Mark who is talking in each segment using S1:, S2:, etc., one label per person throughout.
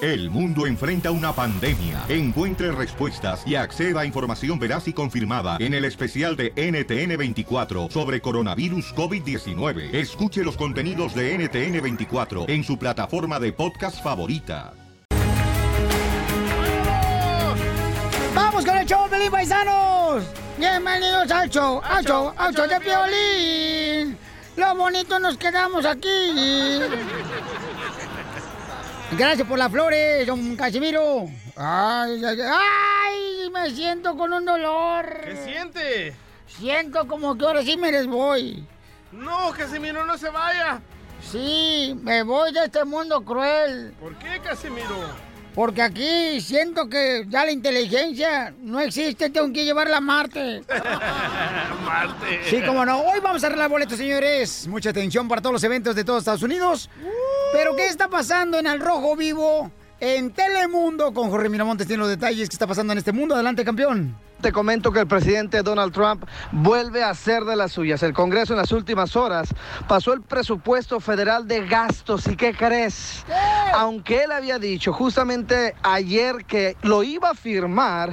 S1: El mundo enfrenta una pandemia. Encuentre respuestas y acceda a información veraz y confirmada en el especial de NTN24 sobre coronavirus COVID-19. Escuche los contenidos de NTN24 en su plataforma de podcast favorita.
S2: ¡Vamos con el show, Pelín Paisanos! Bienvenidos al show, al show, al show de Piolín. Lo bonito nos quedamos aquí. Gracias por las flores, don Casimiro. Ay, ay, ay, me siento con un dolor.
S3: ¿Qué siente?
S2: Siento como que ahora sí me les voy.
S3: No, Casimiro, no se vaya.
S2: Sí, me voy de este mundo cruel.
S3: ¿Por qué, Casimiro?
S2: Porque aquí siento que ya la inteligencia no existe, tengo que llevarla a Marte.
S3: Marte.
S2: Sí, como no. Hoy vamos a arreglar boletos, señores. Mucha atención para todos los eventos de todos Estados Unidos. Pero, ¿qué está pasando en Al Rojo Vivo, en Telemundo? Con Jorge Miramontes tiene los detalles que está pasando en este mundo. Adelante, campeón.
S4: Te comento que el presidente Donald Trump vuelve a hacer de las suyas. El Congreso en las últimas horas pasó el presupuesto federal de gastos. ¿Y qué crees? Aunque él había dicho justamente ayer que lo iba a firmar,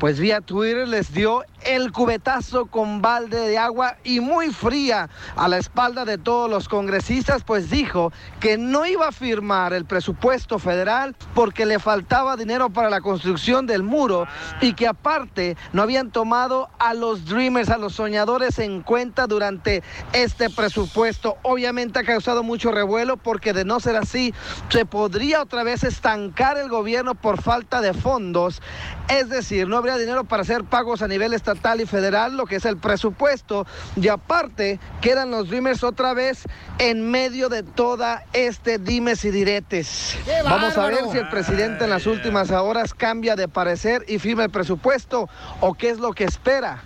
S4: pues vía Twitter les dio el cubetazo con balde de agua y muy fría a la espalda de todos los congresistas, pues dijo que no iba a firmar el presupuesto federal porque le faltaba dinero para la construcción del muro y que aparte no habían tomado a los Dreamers, a los soñadores en cuenta durante este presupuesto. Obviamente ha causado mucho revuelo porque de no ser así se podría otra vez estancar el gobierno por falta de fondos. Es decir, no habría dinero para hacer pagos a nivel estatal y federal, lo que es el presupuesto. Y aparte, quedan los Dreamers otra vez en medio de toda este dimes y diretes. Vamos a ver si el presidente en las últimas horas cambia de parecer y firma el presupuesto o qué es lo que espera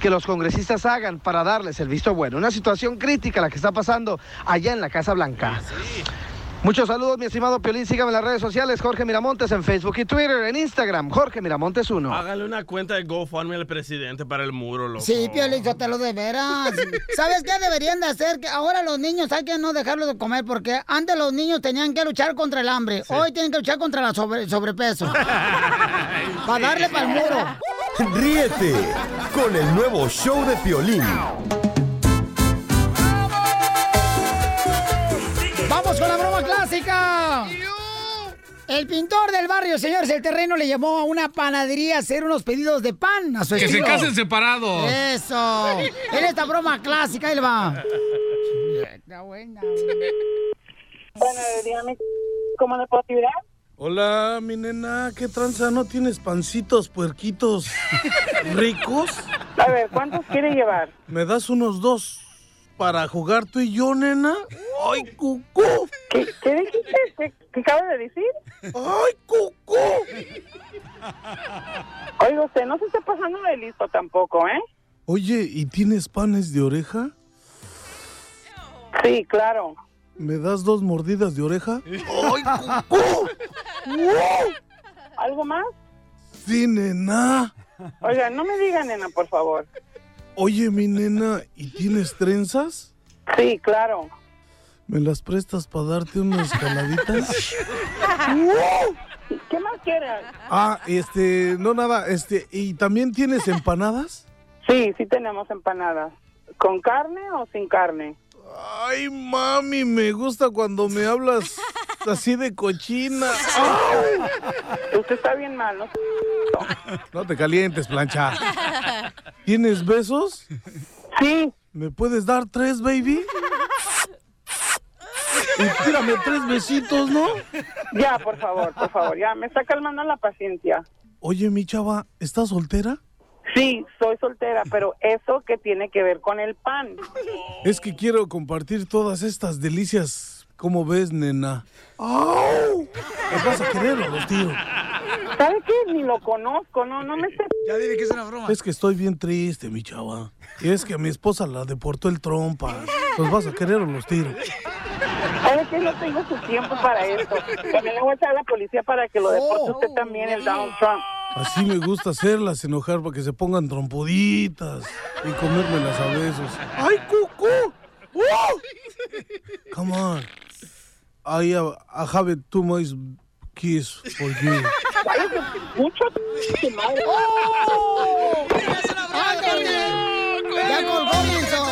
S4: que los congresistas hagan para darles el visto bueno. Una situación crítica la que está pasando allá en la Casa Blanca. Muchos saludos, mi estimado Piolín. Sígame en las redes sociales, Jorge Miramontes en Facebook y Twitter, en Instagram, Jorge Miramontes 1.
S3: Hágale una cuenta de GoFundMe al presidente para el muro, loco.
S2: Sí, Piolín, yo te lo de veras. ¿Sabes qué deberían de hacer? Que ahora los niños hay que no dejarlos de comer porque antes los niños tenían que luchar contra el hambre. Hoy tienen que luchar contra el sobrepeso. para darle para el muro.
S5: Ríete con el nuevo show de Piolín.
S2: ¡Vamos con la broma clásica! El pintor del barrio, señores, el terreno le llamó a una panadería a hacer unos pedidos de pan a su
S6: Que se
S2: estilo. Eh.
S6: casen separados.
S2: Eso. En esta broma clásica, él va.
S7: Bueno, dígame, ¿cómo le puedo ayudar?
S3: Hola, mi nena, ¿qué tranza? ¿No tienes pancitos, puerquitos ricos?
S7: A ver, ¿cuántos quiere llevar?
S3: ¿Me das unos dos para jugar tú y yo, nena? ¡Ay, cucú!
S7: ¿Qué, qué dijiste? ¿Qué, qué acabas de decir?
S3: ¡Ay, cucú!
S7: Oiga, usted no se está pasando de listo tampoco, ¿eh?
S3: Oye, ¿y tienes panes de oreja?
S7: Sí, claro.
S3: ¿Me das dos mordidas de oreja?
S7: ¿Algo más?
S3: Sí, nena.
S7: Oiga, no me diga, nena, por favor.
S3: Oye, mi nena, ¿y tienes trenzas?
S7: Sí, claro.
S3: ¿Me las prestas para darte unas caladitas?
S7: ¿Qué más quieres?
S3: Ah, este, no nada, este, ¿y también tienes empanadas?
S7: Sí, sí tenemos empanadas. ¿Con carne o sin carne?
S3: Ay, mami, me gusta cuando me hablas así de cochina. ¡Au!
S7: Usted está bien mal, ¿no?
S3: No te calientes, plancha. ¿Tienes besos?
S7: Sí,
S3: ¿Me puedes dar tres, baby? Y tírame tres besitos, ¿no?
S7: ya, por favor, por favor, ya. Me está calmando la paciencia.
S3: Oye, mi chava, ¿estás soltera?
S7: Sí, soy soltera, pero ¿eso qué tiene que ver con el pan?
S3: Es que quiero compartir todas estas delicias. ¿Cómo ves, nena? ¡Au! ¿Los vas a querer o los tiro?
S7: ¿Sabe qué? Ni lo conozco, no, no me esté
S6: Ya dile que es una broma.
S3: Es que estoy bien triste, mi chava. Y es que a mi esposa la deportó el trompa. ¿Los vas a querer o los tiro?
S7: ¿Sabe que No tengo su tiempo para esto. También le voy a echar a la policía para que lo deporte
S2: Oh.
S7: usted también, el Donald Trump.
S3: Así me gusta hacerlas enojar para que se pongan trompuditas y comérmelas a besos. ¡Ay, cucú! ¡Uh! ¡Wow! Come on. I, uh, I have too much kiss for you.
S7: Cállate, mucho tu madre.
S2: ¡Oh! ¡Ya colgó, menso!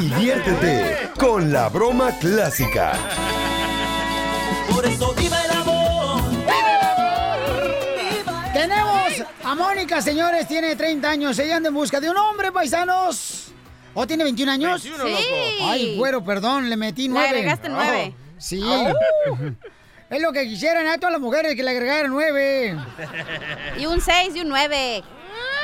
S5: Diviértete con la broma clásica.
S8: Por eso viva el amor.
S2: Tenemos a Mónica, señores, tiene 30 años. Ella anda en busca de un hombre, paisanos. ¿O tiene 21 años?
S8: 21, loco. Sí.
S2: Ay, güero, perdón, le metí
S8: Le
S2: 9.
S8: agregaste nueve. Oh.
S2: Sí. Es lo que quisieran a todas las mujeres que le agregaran 9.
S9: Y un 6 y un 9.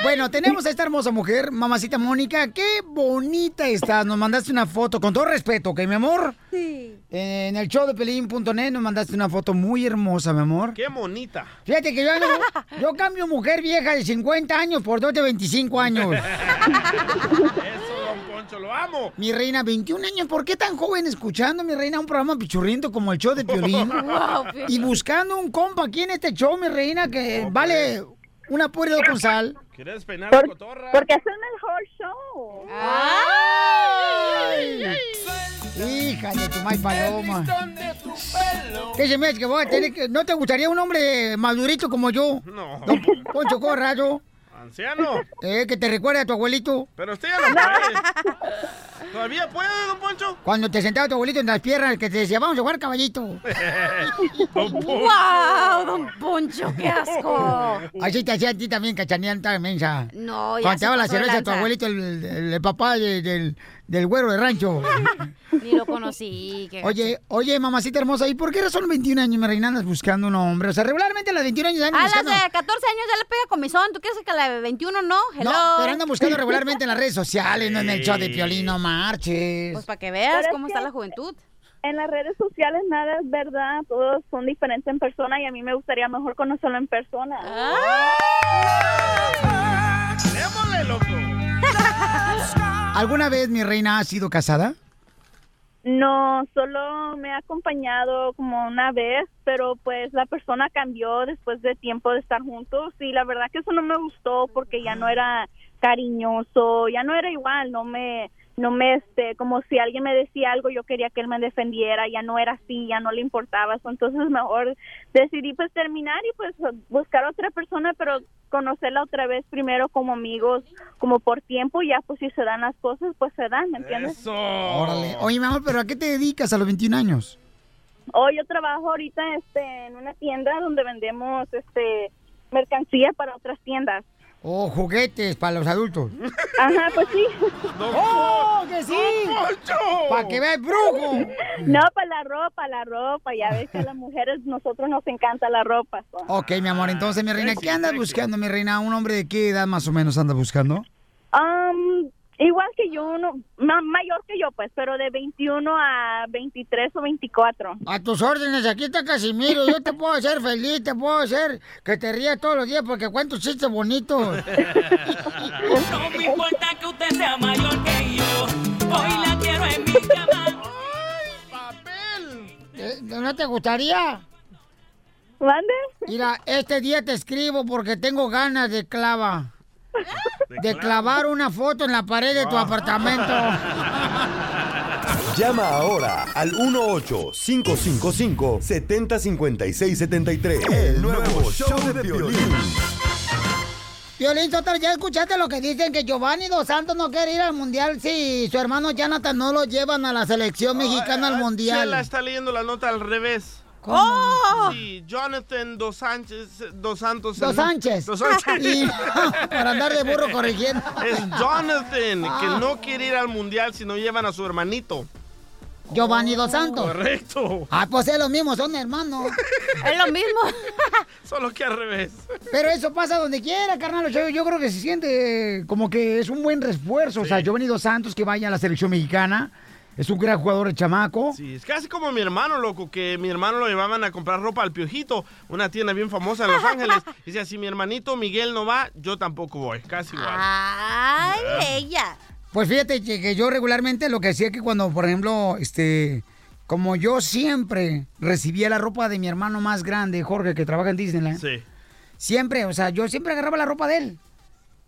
S2: Bueno, tenemos a esta hermosa mujer, mamacita Mónica. Qué bonita estás. Nos mandaste una foto, con todo respeto, ¿ok, mi amor?
S9: Sí.
S2: En el show de pelín.net nos mandaste una foto muy hermosa, mi amor.
S10: Qué bonita.
S2: Fíjate que yo, yo- yo cambio mujer vieja de 50 años por dos de 25 años.
S10: Eso, don Poncho, lo amo.
S2: Mi reina, 21 años, ¿por qué tan joven escuchando, mi reina, un programa pichurriento como el show de Piolín?
S8: Wow, Piolín.
S2: y buscando un compa aquí en este show, mi reina, que vale una pura y dos con sal.
S10: ¿Quieres peinar la
S2: Por-
S10: cotorra?
S2: porque es
S7: el mejor show.
S2: ¡Ay! Hija de tu mal paloma. ¿Qué se me hace que voy a tener que... ¿No te gustaría un hombre madurito como yo?
S10: No.
S2: Don Poncho Corra, yo.
S10: Anciano.
S2: Eh, que te recuerde a tu abuelito.
S10: Pero usted ya lo puede. ¿Todavía puede, don Poncho?
S2: Cuando te sentaba tu abuelito en las piernas, que te decía, vamos a jugar caballito.
S10: Don Poncho.
S9: ¡Wow, don Poncho, qué asco!
S2: Así te hacía a ti también, cachanean tan mensa.
S9: No, ya se
S2: Faltaba la
S9: pasó de
S2: cerveza a tu
S9: lanza.
S2: abuelito, el, el- el papá de- del, del güero de rancho.
S9: Ni lo conocí. qué
S2: Oye, oye, mamacita hermosa, ¿y por qué razón 21 años, mi reina, andas buscando un hombre? O sea, regularmente a las 21 años andan
S9: A las
S2: buscando...
S9: de 14 años ya le pega comezón. ¿Tú crees que a la de 21 no? Hello.
S2: No, pero andan buscando regularmente en las redes sociales, no en el show de
S9: Sí.
S2: Piolín, no marches.
S9: Pues para que veas
S7: Pero es
S9: cómo está la juventud.
S7: En las redes sociales nada es verdad, todos son diferentes en persona y a mí me gustaría mejor conocerlo en persona.
S10: ¡Démosle, loco!
S9: ah.
S2: ¿Alguna vez mi reina ha sido casada?
S7: No, solo me ha acompañado como una vez, pero pues la persona cambió después de tiempo de estar juntos y la verdad que eso no me gustó porque ya no era cariñoso, ya no era igual, no me no me este como si alguien me decía algo yo quería que él me defendiera, ya no era así, ya no le importaba, eso, entonces mejor decidí pues terminar y pues buscar otra persona, pero conocerla otra vez primero como amigos, como por tiempo, y ya pues si se dan las cosas, pues se dan, ¿me entiendes?
S2: Órale. Oye, mi amor, ¿pero a qué te dedicas a los 21 años?
S7: Oh, yo trabajo ahorita este, en una tienda donde vendemos este mercancía para otras tiendas.
S2: Oh, juguetes para los adultos.
S7: Ajá, pues sí.
S2: ¡Oh, que sí! ¡Para que vea el brujo!
S7: No, para la ropa, la ropa. Ya ves que a las mujeres nosotros nos encanta la ropa. so.
S2: Ok, mi amor, entonces, mi reina, ¿qué andas buscando, mi reina? ¿Un hombre de qué edad más o menos andas buscando?
S7: Um, igual que yo, uno ma- mayor que yo, pues, pero de 21 a 23 o 24.
S2: A tus órdenes, aquí está Casimiro. Yo te puedo hacer feliz, te puedo hacer que te rías todos los días porque cuento chistes bonitos.
S8: No me importa que usted sea mayor que yo. Hoy la quiero en mi cama.
S2: Eh, ¿No te gustaría?
S7: ¿Mande?
S2: Mira, este día te escribo porque tengo ganas de clava. De clavar una foto en la pared de tu apartamento.
S5: Llama ahora al 1-855-705673. El nuevo show de violín.
S2: Violín Sotelo, ¿ya escuchaste lo que dicen? Que Giovanni Dos Santos no quiere ir al Mundial si su hermano Jonathan no lo llevan a la selección mexicana al
S10: Chela
S2: Mundial.
S10: está leyendo la nota al revés.
S2: ¿Cómo? ¡Oh!
S10: Sí, Jonathan Dos Sánchez, Dos Santos.
S2: Dos Sánchez.
S10: Dos Sánchez.
S2: Y- por andar de burro corrigiendo.
S10: Es Jonathan, que
S2: Ah.
S10: no quiere ir al mundial si no llevan a su hermanito.
S2: Giovanni Dos Santos.
S10: Correcto.
S2: Ah, pues es lo mismo, son hermanos. Es lo mismo.
S10: Solo que al revés.
S2: Pero eso pasa donde quiera, carnal. Yo, yo creo que se siente eh, como que es un buen refuerzo. O sea, Giovanni Dos Santos que vaya a la selección mexicana. Es un gran jugador de chamaco.
S10: Sí, es casi como mi hermano, loco, que mi hermano lo llevaban a comprar ropa al Piojito, una tienda bien famosa en Los Ángeles. Dice, si mi hermanito Miguel no va, yo tampoco voy. Casi igual.
S9: Ay,
S10: Ah.
S9: ella.
S2: Pues fíjate que, que yo regularmente lo que hacía que cuando, por ejemplo, este, como yo siempre recibía la ropa de mi hermano más grande, Jorge, que trabaja en Disneyland.
S10: Sí.
S2: Siempre, o sea, yo siempre agarraba la ropa de él.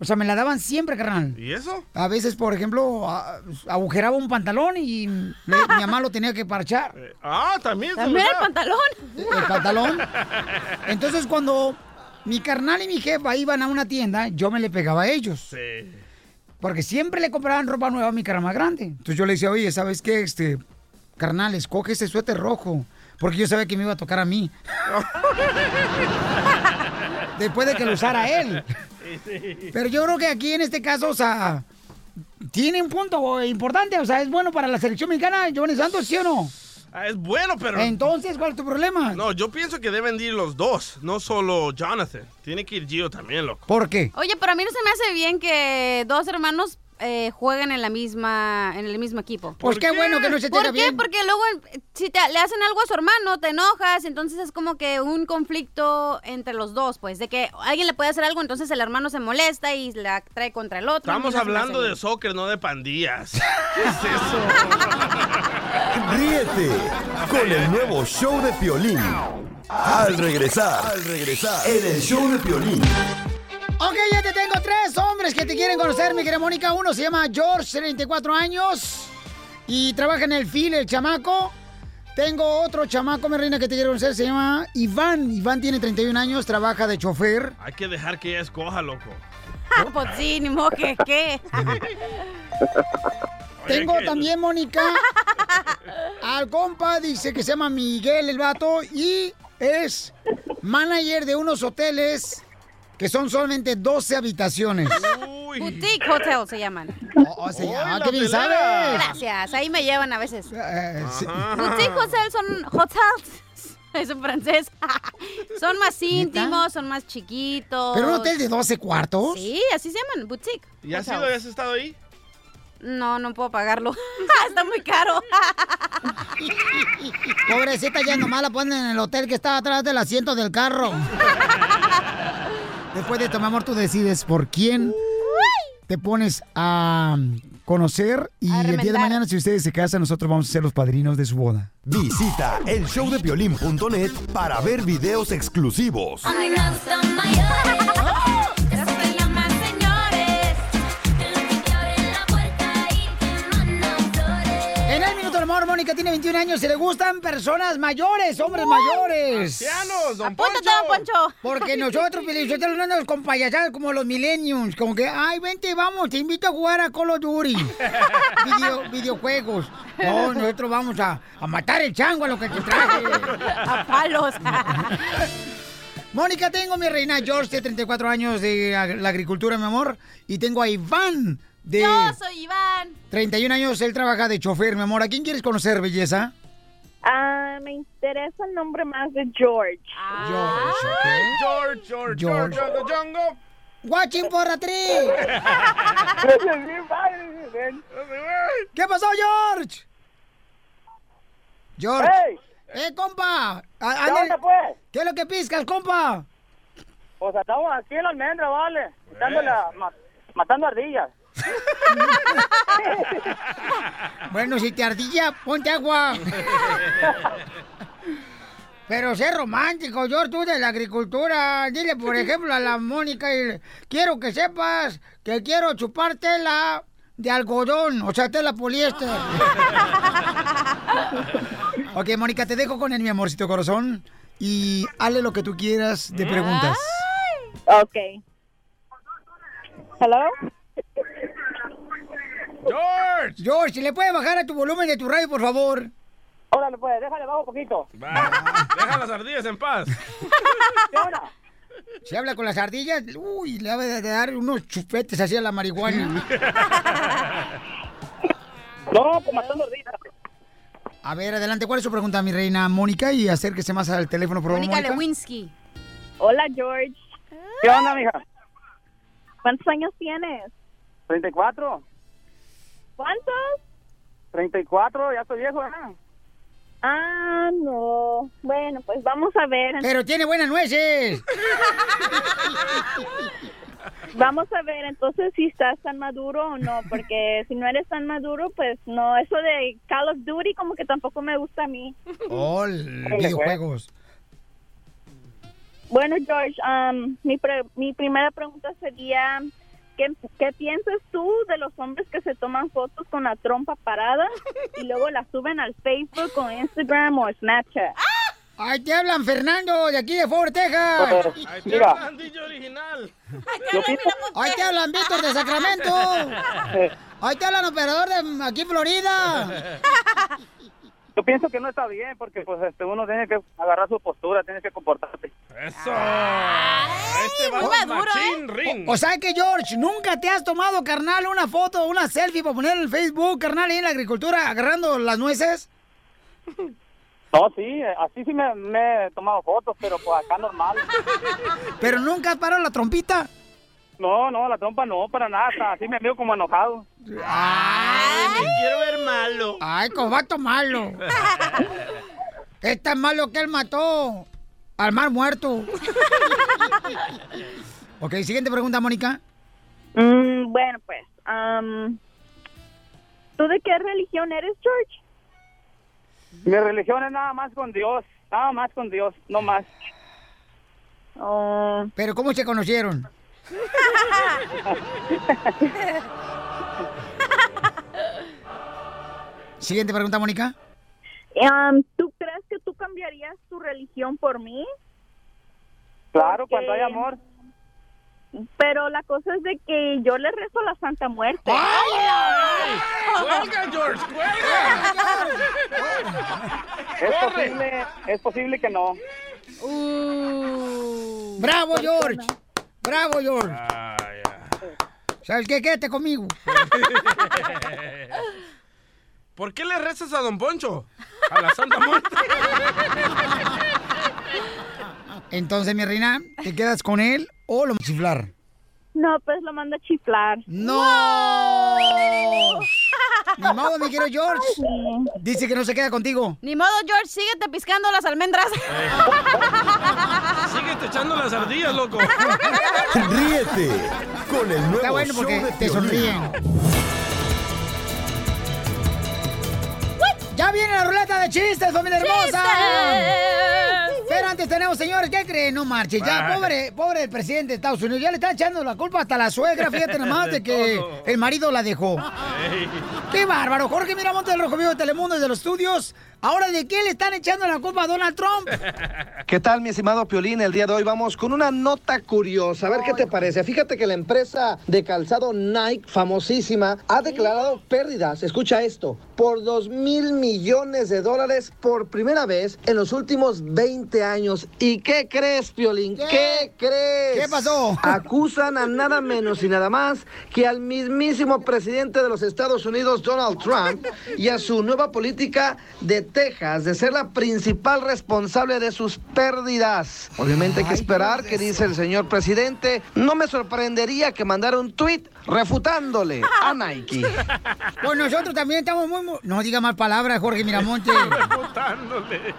S2: O sea, me la daban siempre, carnal.
S10: ¿Y eso?
S2: A veces, por ejemplo, a- agujeraba un pantalón y me- mi mamá lo tenía que parchar.
S10: Ah, también. se
S2: También
S10: lo
S2: el
S10: sabe.
S2: pantalón. El pantalón. Entonces, cuando mi carnal y mi jefa iban a una tienda, yo me le pegaba a ellos.
S10: Sí.
S2: Porque siempre le compraban ropa nueva a mi carnal más grande. Entonces yo le decía, oye, ¿sabes qué? Este, carnal, escoge ese suéter rojo. Porque yo sabía que me iba a tocar a mí. Después de que lo usara él. Pero yo creo que aquí en este caso, o sea, tiene un punto importante. O sea, es bueno para la selección mexicana, Giovanni Santos, ¿sí o no?
S10: Ah, es bueno, pero.
S2: Entonces, ¿cuál es tu problema?
S10: No, yo pienso que deben de ir los dos, no solo Jonathan. Tiene que ir Gio también, loco.
S2: ¿Por qué?
S9: Oye, pero a mí no se me hace bien que dos hermanos eh, jueguen en la misma, en el mismo equipo.
S2: Pues qué bueno que no se te
S9: ¿Por
S2: haga
S9: qué?
S2: bien.
S9: Porque luego eh, si te- le hacen algo a su hermano, te enojas, entonces es como que un conflicto entre los dos, pues, de que alguien le puede hacer algo, entonces el hermano se molesta y la trae contra el otro.
S10: Estamos
S9: Entonces, no
S10: hablando
S9: sé.
S10: de soccer, no de pandillas.
S5: Ríete con el nuevo show de Piolín. Al regresar, al regresar, en el show de Piolín.
S2: Ok, ya te tengo tres hombres que te quieren conocer, mi querida Mónica. Uno se llama George, 34 años, y trabaja en el FIL, el chamaco. Tengo otro chamaco, mi reina, que te quiere conocer, se llama Iván. Iván tiene 31 años, trabaja de chofer.
S10: Hay que dejar que ella escoja, loco.
S9: pues sí, ni modo que qué.
S2: Tengo
S10: ¿qué?
S2: también, Mónica, al compa, dice que se llama Miguel el vato, y es manager de unos hoteles que son solamente 12 habitaciones.
S9: Boutique Hotel se llaman.
S2: Oh, se llama- ¡Qué bien sabes! Eh,
S9: Gracias, ahí me llevan a veces.
S2: sí.
S9: Boutique Hotel son hotels. Es en francés. Son más íntimos, son más chiquitos.
S2: ¿Pero un hotel de 12 cuartos?
S9: Oh. Sí, así se llaman, boutique.
S10: ¿Y has
S9: hotels.
S10: ido y has estado ahí?
S9: No, no puedo pagarlo. Está muy caro.
S2: Pobrecita, ya nomás la ponen en el hotel que está atrás del asiento del carro. Después de tu mi amor, tú decides por quién te pones a conocer. Y
S5: A
S2: el día de
S5: remendar.
S2: mañana, si ustedes se casan, nosotros vamos a ser los padrinos de su boda.
S5: Visita el showdepiolín.net para ver videos exclusivos.
S2: En el Minuto del Amor, Mónica tiene 21 años y le gustan personas mayores, hombres mayores.
S10: ¡Uh! ¡Ancianos, don
S2: Apúntate, Poncho! Porque nosotros, nosotros no andamos con payasadas como los millennials. Como que, ay, vente, vamos, te invito a jugar a Call of Duty. Video- videojuegos. No, nosotros vamos a, a matar el chango a lo que te traje.
S9: A palos.
S2: Mónica, tengo a mi reina George, de 34 años, de ag- la agricultura, mi amor. Y tengo a Iván, de...
S9: Yo soy Iván.
S2: 31 años, él trabaja de chofer, mi amor. ¿A quién quieres conocer, belleza?
S7: Ah, me interesa el nombre más de George.
S2: George,
S10: George, George,
S2: George.
S10: George, Django, Django.
S2: ¡Guachín por atrás! ¿Qué pasó, George? George. ¡Eh, compa! A-
S11: ¿Qué
S2: ándale.
S11: onda, pues?
S2: ¿Qué es lo que piscas, compa?
S11: Pues estamos aquí en la almendra, ¿vale? Matando, la- ma- matando ardillas.
S2: Bueno, si te ardilla, ponte agua. Pero sé romántico, George, tú de la agricultura. Dile, por ejemplo, a la Mónica, y- quiero que sepas que quiero chupar tela de algodón, o sea, tela poliéster. ok, Mónica, te dejo con él, mi amorcito corazón. Y hazle lo que tú quieras de preguntas.
S7: Ok. ¿Hello?
S10: George.
S2: George, si le puedes bajar a tu volumen de tu radio, por favor.
S11: Órale, pues, déjale bajo un poquito.
S10: Va, Deja las ardillas en paz.
S2: Si habla con las ardillas, uy, le va a dar unos chupetes así a la marihuana.
S11: No, pues matando ardillas.
S2: A ver, adelante, ¿cuál es su pregunta, mi reina Mónica? Y acérquese más al teléfono, por favor,
S7: Mónica
S2: Mónica.
S9: Lewinsky.
S7: Hola, George.
S11: ¿Qué onda, mija?
S7: ¿Cuántos años tienes?
S11: ¿34?
S7: ¿Cuántos?
S11: ¿34? Ya estoy viejo, ¿verdad?
S7: Ah, no. Bueno, pues vamos a ver.
S2: Pero tiene buenas nueces.
S7: Vamos a ver entonces si estás tan maduro o no, porque si no eres tan maduro, pues no, eso de Call of Duty como que tampoco me gusta a mí.
S2: Oh, el- videojuegos.
S7: Bueno, George, um, mi, pre- mi primera pregunta sería, ¿Qué, qué piensas tú de los hombres que se toman fotos con la trompa parada y luego la suben al Facebook o Instagram o Snapchat?
S2: ¡Ay, te Ah, hablan, Fernando, de aquí de Fort Texas!
S7: Eh, Ay, te mira. hablan,
S10: original.
S2: ¡Ay, te hablan, Víctor, de Sacramento! ¡Ay, te hablan, operador, de aquí, Florida!
S11: Yo pienso que no está bien porque pues este uno tiene que agarrar su postura, tiene que comportarse.
S10: Eso. este va machín ring.
S2: O, o sea que, George, nunca te has tomado, carnal, una foto, una selfie para poner en el Facebook, carnal, ahí en la agricultura, agarrando las nueces.
S11: No, sí, eh, así sí me, me he tomado fotos, pero pues acá normal.
S2: Pero nunca has parado la trompita.
S11: No, no, la trompa no, para nada, hasta así me veo como enojado.
S10: Ay, me quiero ver malo.
S2: Ay, cobato malo. Es tan malo que él mató al mar muerto. ok, siguiente pregunta, Mónica.
S7: Mm, bueno, pues, am, ¿tú de qué religión eres, George?
S11: Mi religión es nada más con Dios, nada más con Dios, no más.
S2: Pero ¿cómo se conocieron? Siguiente pregunta, Mónica.
S7: Am, ¿Tú crees que tú cambiarías tu religión por mí?
S11: Claro,
S7: Porque-
S11: cuando hay amor.
S7: Pero la cosa es de que yo le rezo a la Santa Muerte.
S10: ¡Cuelga, George!
S11: Es posible, es posible que no.
S2: Uh. ¡Bravo, George! ¡Bravo, George! ¿Sabes qué? Quédate conmigo.
S10: ¿Por qué le rezas a Don Poncho? A la Santa Muerte.
S2: Entonces, mi reina, ¿te quedas con él o lo vas a chiflar?
S7: No, pues lo manda a chiflar.
S2: ¡No! Ni modo, mi querido George. Dice que no se queda contigo.
S9: Ni modo, George, síguete piscando las almendras.
S10: Síguete echando las ardillas, loco.
S5: Ríete con el nuevo
S10: bueno
S5: show
S10: porque
S5: de
S10: te
S5: Piolín.
S2: ¡Ya viene la ruleta de chistes, familia hermosa!
S8: ¡Chistes!
S2: Pero antes tenemos, señores, ¿qué creen? No marches. Ya,
S8: Vaya.
S2: pobre, pobre el presidente de Estados Unidos. Ya le está echando la culpa hasta la suegra, fíjate nomás, de que
S8: Todo.
S2: el marido la dejó. ¡Qué bárbaro! Jorge Miramonte del Rojo Vivo de Telemundo desde los estudios. Ahora, ¿de qué le están echando la culpa a Donald Trump?
S4: ¿Qué tal, mi estimado Piolín? El día de hoy vamos con una nota curiosa. A ver qué te parece. Fíjate que la empresa de calzado Nike, famosísima, ha declarado pérdidas, escucha esto, por 2 mil millones de dólares por primera vez en los últimos 20 años. ¿Y qué crees, Piolín? ¿Qué crees?
S2: ¿Qué pasó?
S4: Acusan a nada menos y nada más que al mismísimo presidente de los Estados Unidos, Donald Trump, y a su nueva política de Texas de ser la principal responsable de sus pérdidas. Obviamente hay que esperar que dice el señor presidente. No me sorprendería que mandara un tweet refutándole a Nike.
S2: Pues nosotros también estamos muy... mu- No diga mal palabras, Jorge Miramonte.
S10: Botándole.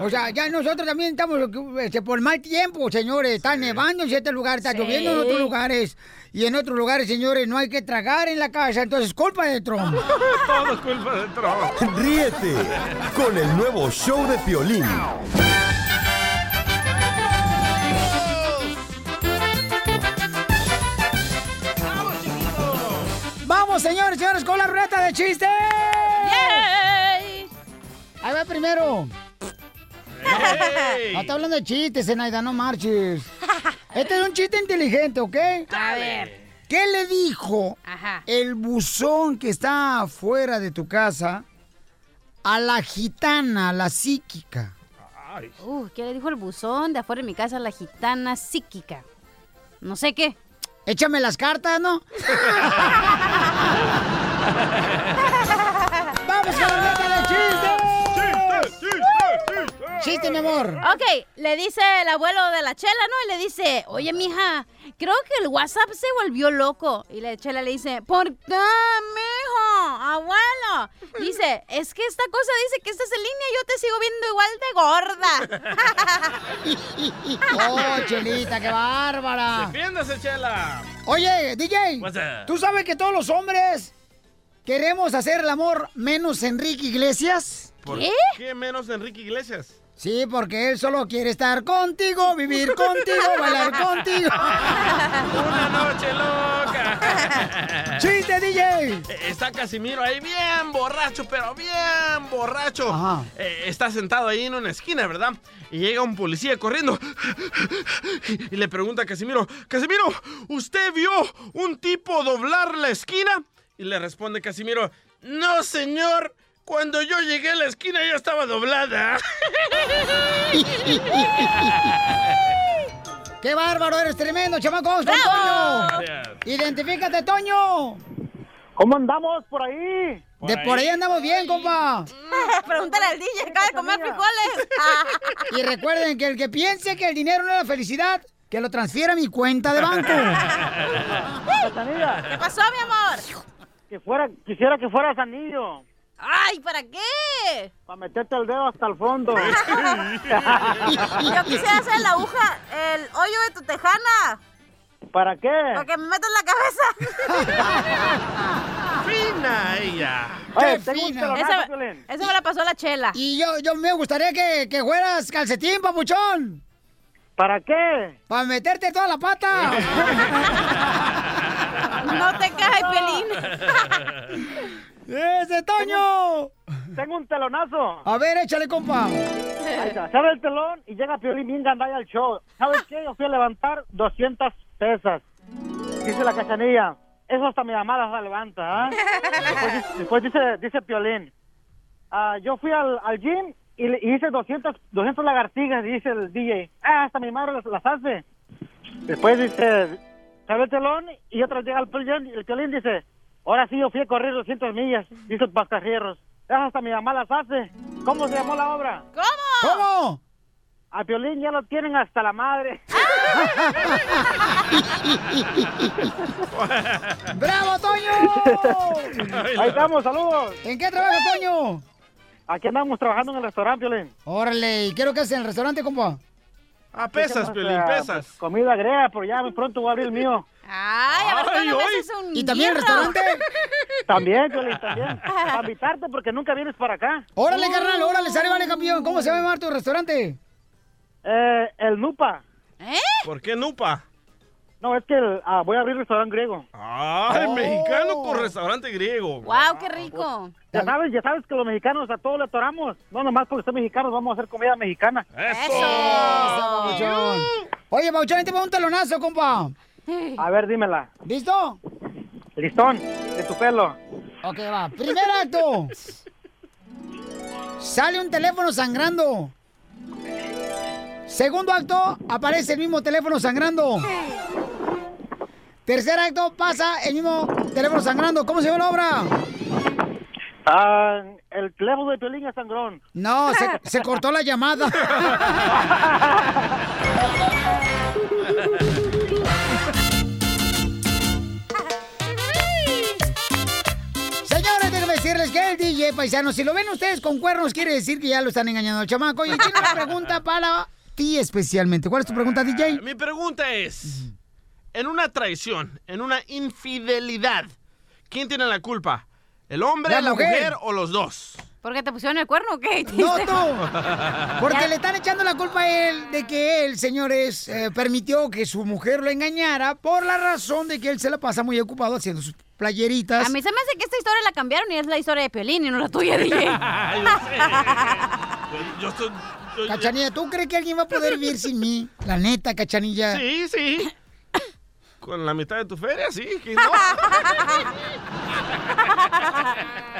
S2: O sea, ya nosotros también estamos este, por mal tiempo, señores. Está nevando en ciertos lugares, está
S8: Sí.
S2: lloviendo en otros lugares. Y en otros lugares, señores, no hay que tragar en la casa. Entonces, culpa de Trump.
S10: Todo es culpa de Trump.
S5: Ríete con el nuevo show de Piolín.
S2: Vamos, señores, señores, con la ruleta de chistes. Ahí va primero.
S8: Ey.
S2: No está hablando de chistes, Zenaida, no marches. Este es un chiste inteligente, ¿ok?
S8: A ver.
S2: ¿Qué le dijo
S8: Ajá.
S2: el buzón que está afuera de tu casa a la gitana, la psíquica?
S9: Uh, ¿qué le dijo el buzón de afuera de mi casa la gitana psíquica? No sé qué.
S2: Échame las cartas, ¿no? ¡Vamos con la ruleta de chistes!
S8: ¡Chistes, chistes, chistes!
S2: Chiste, mi amor.
S9: Ok, le dice el abuelo de la chela, ¿no? Y le dice, oye, mija, creo que el WhatsApp se volvió loco. Y la chela le dice, ¿por qué, mijo? Abuelo. Dice, es que esta cosa dice que estás en línea y yo te sigo viendo igual de gorda.
S2: ¡Oh, chelita, qué bárbara!
S10: Defiéndase, Chela.
S2: Oye, DJ,
S10: What's up?
S2: ¿tú sabes que todos los hombres queremos hacer el amor menos Enrique Iglesias?
S10: ¿Por ¿Qué menos Enrique Iglesias?
S2: Sí, porque él solo quiere estar contigo, vivir contigo, bailar contigo.
S10: Una noche loca.
S2: ¡Chiste, DJ!
S10: Eh, Está Casimiro ahí bien borracho, pero bien borracho. Eh, está sentado ahí en una esquina, ¿verdad? Y llega un policía corriendo. Y le pregunta a Casimiro, Casimiro, ¿usted vio un tipo doblar la esquina? Y le responde Casimiro, no señor, cuando yo llegué a la esquina ya estaba doblada.
S2: ¡Qué bárbaro! ¡Eres tremendo, chamacos! ¡Con
S8: ¡Bravo!
S2: Toño!
S8: Gracias.
S2: ¡Identifícate, Toño!
S11: ¿Cómo andamos por ahí?
S2: De por ahí andamos bien, compa.
S9: Mm, Pregúntale al DJ, acaba de comer frijoles.
S2: Y recuerden que el que piense que el dinero no es la felicidad, que lo transfiera a mi cuenta de banco.
S11: Catanilla,
S9: ¿Qué pasó, mi amor?
S11: que fuera, quisiera que fueras anillo.
S9: ¡Ay, ¿para qué?
S11: Para meterte el dedo hasta el fondo.
S9: Yo quisiera hacer la aguja, el hoyo de tu tejana.
S11: ¿Para qué?
S9: Porque me meto en la cabeza.
S10: Fina ella.
S9: Qué fina. Esa, esa me la pasó la chela.
S2: Y yo, yo me gustaría que, que fueras calcetín, papuchón.
S11: ¿Para qué?
S2: Para meterte toda la pata.
S9: no te caes, pelín.
S2: ¡Ese Toño!
S11: Tengo un telonazo.
S2: A ver, échale, compa.
S11: Ahí está, Sabe el telón y llega Piolín bien gandalla al show. ¿Sabes qué? Yo fui a levantar 200 pesas. Dice la cachanilla. Eso hasta mi mamá las levanta, ¿ah? Después, después dice, dice Piolín. "Ah, yo fui al, al gym y, le- y hice 200, 200 lagartijas, dice el DJ. Ah, hasta mi madre las, las hace. Después dice, sabe el telón y otra llega al Piolín y el Piolín dice, ahora sí yo fui a correr 200 millas, dice el pascajierros. "Ah, hasta mi mamá las hace. ¿Cómo se llamó la obra?
S9: ¿Cómo?
S2: ¿Cómo?
S11: A Piolín ya lo tienen hasta la madre.
S2: ¡Bravo, Toño!
S11: Ahí estamos, saludos.
S2: ¿En qué trabajas, Toño?
S11: Aquí andamos trabajando en el restaurante, Piolín.
S2: Órale, ¿y qué es lo que haces en el restaurante, compa?
S10: Ah,
S11: pesas, Piolín, pesas. Comida griega, pero ya pronto voy a abrir el mío.
S9: Ay, a ver
S10: Ay,
S9: cuándo me
S10: hoy.
S9: haces un
S2: ¿Y también el
S9: hierro.
S2: restaurante?
S11: También, Piolín, también. Para invitarte porque nunca vienes para acá.
S2: Órale, carnal, órale, sale, vale, campeón. ¿Cómo se va a llamar tu restaurante?
S11: Eh, el Nupa.
S9: ¿Eh?
S10: ¿Por qué Nupa?
S11: No, es que el- ah, voy a abrir el restaurante griego.
S10: Ay,
S11: Oh.
S10: mexicano con restaurante griego.
S9: Wow, qué rico.
S11: Ya sabes, ya sabes que los mexicanos a todos le atoramos. No, nomás porque son mexicanos vamos a hacer comida mexicana. Mm.
S2: Pabuchón. Oye, Pabuchón, ahí te va un telonazo, compa.
S11: A ver, dímela.
S2: ¿Listo?
S11: Listón, de tu pelo.
S2: Ok, va. Primer acto. Sale un teléfono sangrando. Segundo acto, aparece el mismo teléfono sangrando. Tercer acto, pasa el mismo teléfono sangrando. ¿Cómo se llama la obra?
S11: Ah, el teléfono de Piolín es sangrón.
S2: No, se, se cortó la llamada. Señores, déjenme decirles que el DJ paisano, si lo ven ustedes con cuernos, quiere decir que ya lo están engañando al chamaco. Y tiene una pregunta para ti especialmente. ¿Cuál es tu pregunta, DJ?
S10: Mi pregunta es, en una traición, en una infidelidad, ¿quién tiene la culpa? ¿El hombre,
S2: La
S10: la,
S2: mujer.
S10: mujer. o los dos?
S9: ¿Porque te pusieron el cuerno o qué?
S2: No, no. Porque le están echando la culpa a él de que él, señores, eh, permitió que su mujer lo engañara por la razón de que él se la pasa muy ocupado haciendo sus playeritas.
S9: A mí se me hace que esta historia la cambiaron y es la historia de Piolín y no la tuya, DJ.
S10: Ay, yo sé. Yo- yo estoy- yo- yo-
S2: Cachanilla, ¿tú crees que alguien va a poder vivir sin mí? La neta, Cachanilla.
S10: Sí, sí. Con la mitad de tu feria, sí. que no.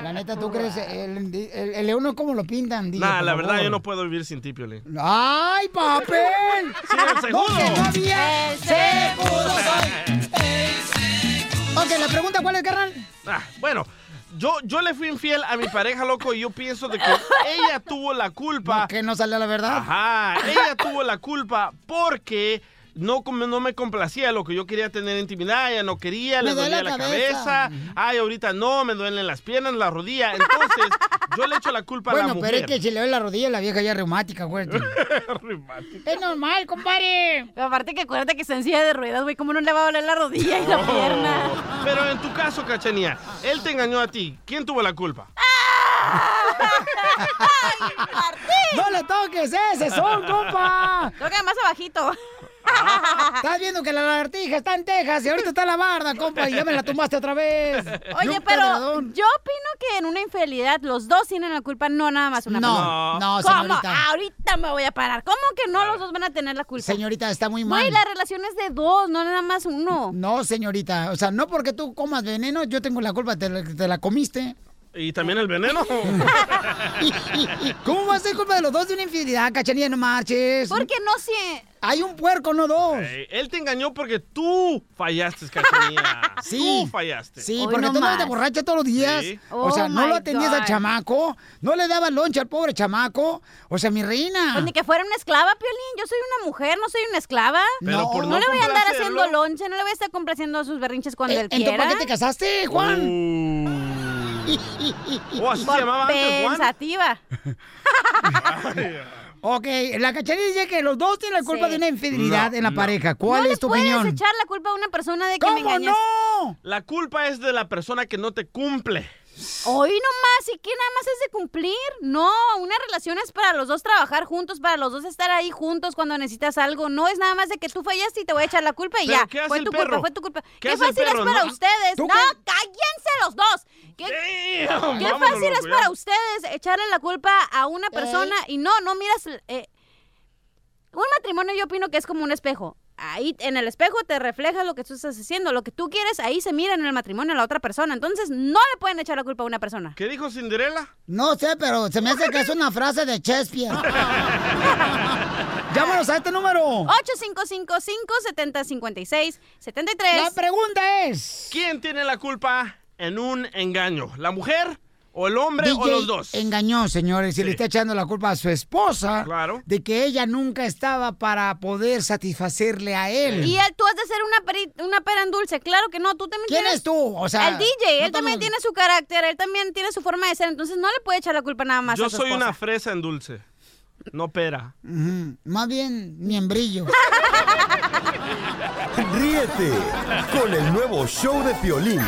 S2: La neta, ¿tú crees? El, el- el león no es como lo pintan. dije,
S10: Nah,
S2: por
S10: la
S2: favor.
S10: verdad yo no puedo vivir sin ti, Piolín.
S2: ¡Ay, papel!
S10: Sí, el segundo.
S2: No, que no había. Se pudo soy. Ok, la pregunta, ¿cuál es, carnal?
S10: Ah, bueno, yo, yo le fui infiel a mi pareja, loco, y yo pienso de que ella tuvo la culpa.
S2: que no sale la verdad.
S10: Ajá, ella tuvo la culpa porque no, com- no me complacía lo que yo quería tener intimidad, ella no quería,
S2: Me
S10: le
S2: duele
S10: dolía
S2: la
S10: la
S2: cabeza.
S10: cabeza. Ay, ahorita no, me duelen las piernas, la rodilla. Entonces, yo le echo la culpa a la
S2: bueno,
S10: mujer.
S2: pero es que si le ve la rodilla, la vieja ya es reumática, güey. es normal, compadre.
S9: Pero aparte que acuérdate que está en silla de ruedas, güey, ¿cómo no le va a doler la rodilla y la pierna?
S10: Pero en tu caso, Cachanía, él te engañó a ti. ¿Quién tuvo la culpa?
S2: ¡No le toques ese son, compa!
S9: Toca más abajito.
S2: Estás viendo que la lagartija está en Texas y ahorita está la barda, compa, y ya me la tumbaste otra vez. Y
S9: Oye,
S2: un
S9: pero
S2: pedradón.
S9: yo opino que en una infidelidad los dos tienen la culpa, no nada más una
S2: No,
S9: persona.
S2: no,
S9: ¿Cómo?
S2: señorita.
S9: Ahorita me voy a parar. ¿Cómo que no los dos van a tener la culpa?
S2: Señorita, está muy mal.
S9: Güey, la relación es de dos, Oh, no nada más uno.
S2: No, señorita. O sea, no porque tú comas veneno, yo tengo la culpa, te, la- te la comiste.
S10: ¿Y también el veneno?
S2: ¿Cómo va a ser culpa de los dos de una infidelidad, cachanilla? No marches.
S9: Porque no sé.
S2: Hay un puerco, no dos.
S10: Eh, Él te engañó porque tú fallaste, Cachanilla.
S2: Sí.
S10: Tú fallaste.
S2: Sí, porque tú andabas de borracha todos los días.
S10: Sí.
S2: O sea,
S9: Oh,
S2: no
S9: my
S2: lo atendías al
S9: God.
S2: chamaco, no le daba lonche al pobre chamaco. O sea, mi reina.
S9: Pues ni que fuera una esclava, Piolín. Yo soy una mujer, no soy una esclava.
S2: Pero
S9: no,
S2: por no
S9: le voy a andar
S2: complacerlo.
S9: haciendo lonche, no le voy a estar complaciendo sus berrinches cuando
S2: Eh,
S9: él
S2: ¿en tu
S9: quiera.
S2: pa' qué te casaste, Juan?
S10: Oh, Uh, así se llamaba antes, Juan.
S9: Pensativa.
S2: Ok, la cachanilla dice que los dos tienen la culpa
S9: Sí.
S2: de una infidelidad
S10: No,
S2: en la
S10: no.
S2: pareja. ¿Cuál
S9: no
S2: es tu
S9: le puedes
S2: opinión?
S9: echar la culpa a una persona de que me
S2: ¿Cómo
S9: engañas.
S2: no?
S10: La culpa es de la persona que no te cumple.
S9: Hoy nomás, ¿y qué nada más es de cumplir? No, una relación es para los dos trabajar juntos, para los dos estar ahí juntos cuando necesitas algo. No es nada más de que tú fallaste y te voy a echar la culpa y
S10: ¿Pero
S9: ya.
S10: qué hace
S9: fue
S10: el
S9: tu
S10: perro?
S9: culpa, fue tu culpa.
S10: ¿Qué
S9: Qué,
S10: hace el
S9: fácil
S10: perro?
S9: es para
S10: ¿No?
S9: ustedes.
S10: ¿Tú
S9: No,
S10: qué?
S9: cállense los dos. ¿Qué,
S10: Damn,
S9: qué
S10: vámonos,
S9: fácil es
S10: loco, ya.
S9: para ustedes echarle la culpa a una persona y no, no miras... eh, un matrimonio yo opino que es como un espejo. Ahí en el espejo te refleja lo que tú estás haciendo, lo que tú quieres, ahí se mira en el matrimonio a la otra persona. Entonces no le pueden echar la culpa a una persona.
S10: ¿Qué dijo Cinderela?
S2: No sé, pero se me hace que es una frase de Shakespeare. Llámanos a este número.
S9: 855-570-5673.
S2: La pregunta es...
S10: ¿Quién tiene la culpa en un engaño? ¿La mujer o el hombre o
S2: DJ
S10: los dos?
S2: engañó, señores, y le está echando la culpa a su esposa
S10: Claro.
S2: de que ella nunca estaba para poder satisfacerle a él.
S9: Y él, tú has de ser una, peri- una pera en dulce. Claro que no, tú también
S2: ¿Quién
S9: tienes...
S2: es tú? O sea,
S9: el DJ,
S2: no
S9: él también
S2: estamos-
S9: tiene su carácter, él también tiene su forma de ser, entonces no le puede echar la culpa nada más
S10: Yo
S9: a su
S10: soy
S9: esposa.
S10: una fresa en dulce. No pera.
S2: Ujú, Más bien, miembrillo.
S5: Ríete con el nuevo show de Piolín.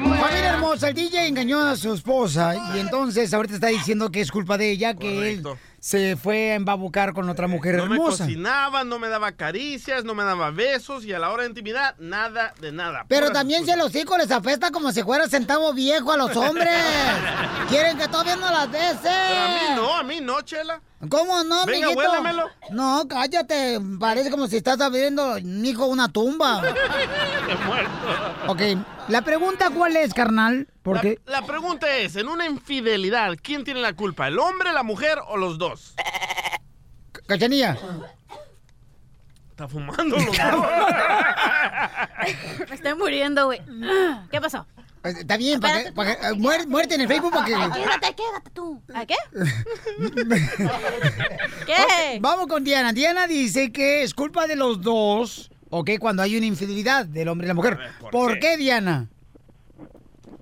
S2: Familia hermosa, el DJ engañó a su esposa y entonces ahorita está diciendo que es culpa de ella que él se fue a embabucar con otra mujer
S10: Eh, No me
S2: hermosa.
S10: cocinaba, no me daba caricias, no me daba besos y a la hora de intimidad, nada de nada.
S2: Pero
S10: Puras
S2: también si a los hijos les apesta como si fuera centavo viejo a los hombres. Quieren que todavía no las veces.
S10: Pero a mí no, a mí no, Chela.
S2: ¿Cómo no,
S10: Venga,
S2: mijito?
S10: huélamelo.
S2: No, cállate. Parece como si estás abriendo, hijo, una tumba.
S10: He muerto.
S2: Ok, la pregunta cuál es, carnal, porque...
S10: La, la pregunta es, en una infidelidad, ¿quién tiene la culpa? ¿El hombre, la mujer o los dos?
S2: Cachanilla.
S10: Está fumando los dos.
S9: Me estoy muriendo, güey. ¿Qué pasó?
S2: Está bien, para que, para que- eh, muer- muerte en el Facebook porque...
S9: Quédate, quédate tú. ¿A qué?
S2: Ok, vamos con Diana. Diana dice que es culpa de los dos, ¿ok? Cuando hay una infidelidad del hombre y la mujer. ¿Por, qué? Diana?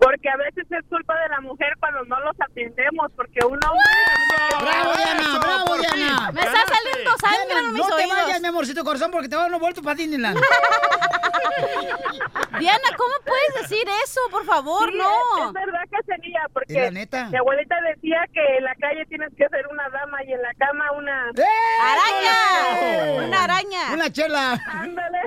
S12: Porque a veces es culpa de la mujer cuando no los atendemos, porque un hombre...
S2: ¡Bravo, Diana!
S12: Eso,
S2: ¡Bravo,
S12: por fin.
S2: Diana!
S12: Me está Ganaste. saliendo sangre
S2: Diana,
S12: en mis
S2: No te
S12: oídos.
S2: vayas, mi amorcito corazón, porque te van a dar una vuelta para Disneyland.
S9: Diana, ¿cómo puedes decir eso? Por favor,
S12: Sí,
S9: no.
S12: Es, es verdad, Casanilla, porque
S9: Es la neta.
S12: mi abuelita decía que en la calle tienes que ser una dama y en la cama una...
S9: ¡Araña! Una araña.
S2: Una chela.
S12: Ándale.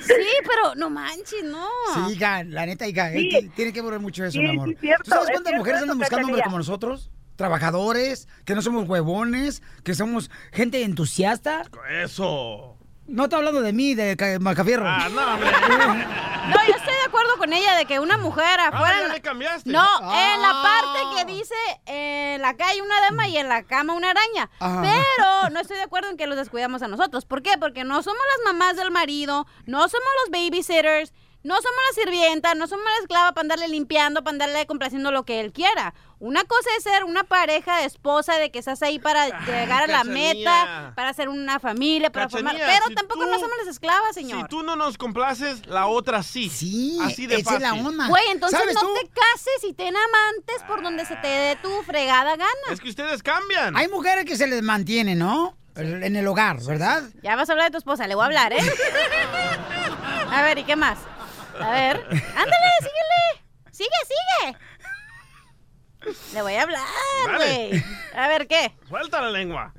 S9: Sí, pero no manches, no.
S2: Sí, hija, la neta, hija,
S9: Ah. Sí.
S2: eh, tiene que volver mucho eso,
S9: Sí,
S2: mi amor.
S9: sí, cierto,
S2: ¿Tú sabes
S9: es
S2: cuántas
S9: cierto
S2: mujeres andan
S9: eso,
S2: buscando hombres
S9: Cachanilla.
S2: como nosotros? Trabajadores, que no somos huevones, que somos gente entusiasta.
S10: Eso.
S2: No está hablando de mí, de Ca- Macafierro.
S10: Ah, no, hombre.
S9: No, yo estoy de acuerdo con ella de que una mujer afuera.
S10: Ah, ya le cambiaste.
S9: No,
S10: Ah.
S9: en la parte que dice eh, en la calle una dama y en la cama una araña.
S8: Ajá.
S9: Pero no estoy de acuerdo en que los descuidamos a nosotros. ¿Por qué? Porque no somos las mamás del marido, no somos los babysitters, no somos la sirvienta, no somos la esclava para andarle limpiando, para andarle complaciendo lo que él quiera. Una cosa es ser una pareja de esposa, de que estás ahí para llegar a la meta,
S10: Cachanilla.
S9: para ser una familia, para formar.
S10: Cachanilla,
S9: Pero
S10: si
S9: tampoco
S10: tú-
S9: no somos las esclavas, señor.
S10: Si tú no nos complaces, la otra sí.
S2: Sí,
S10: Así de fácil.
S9: Güey, entonces
S10: ¿Sabes
S9: no
S10: tú?
S9: te cases y ten amantes por donde se te dé tu fregada gana.
S10: Es que ustedes cambian.
S2: Hay mujeres que se les mantiene, ¿no? El- En el hogar, ¿verdad?
S9: Ya vas a hablar de tu esposa, le voy a hablar, ¿eh? A ver, ¿y qué más? A ver. Ándale, síguele. Sigue, sigue. Le voy a hablar,
S10: Dale.
S9: güey. A ver, ¿qué?
S10: Suelta la lengua.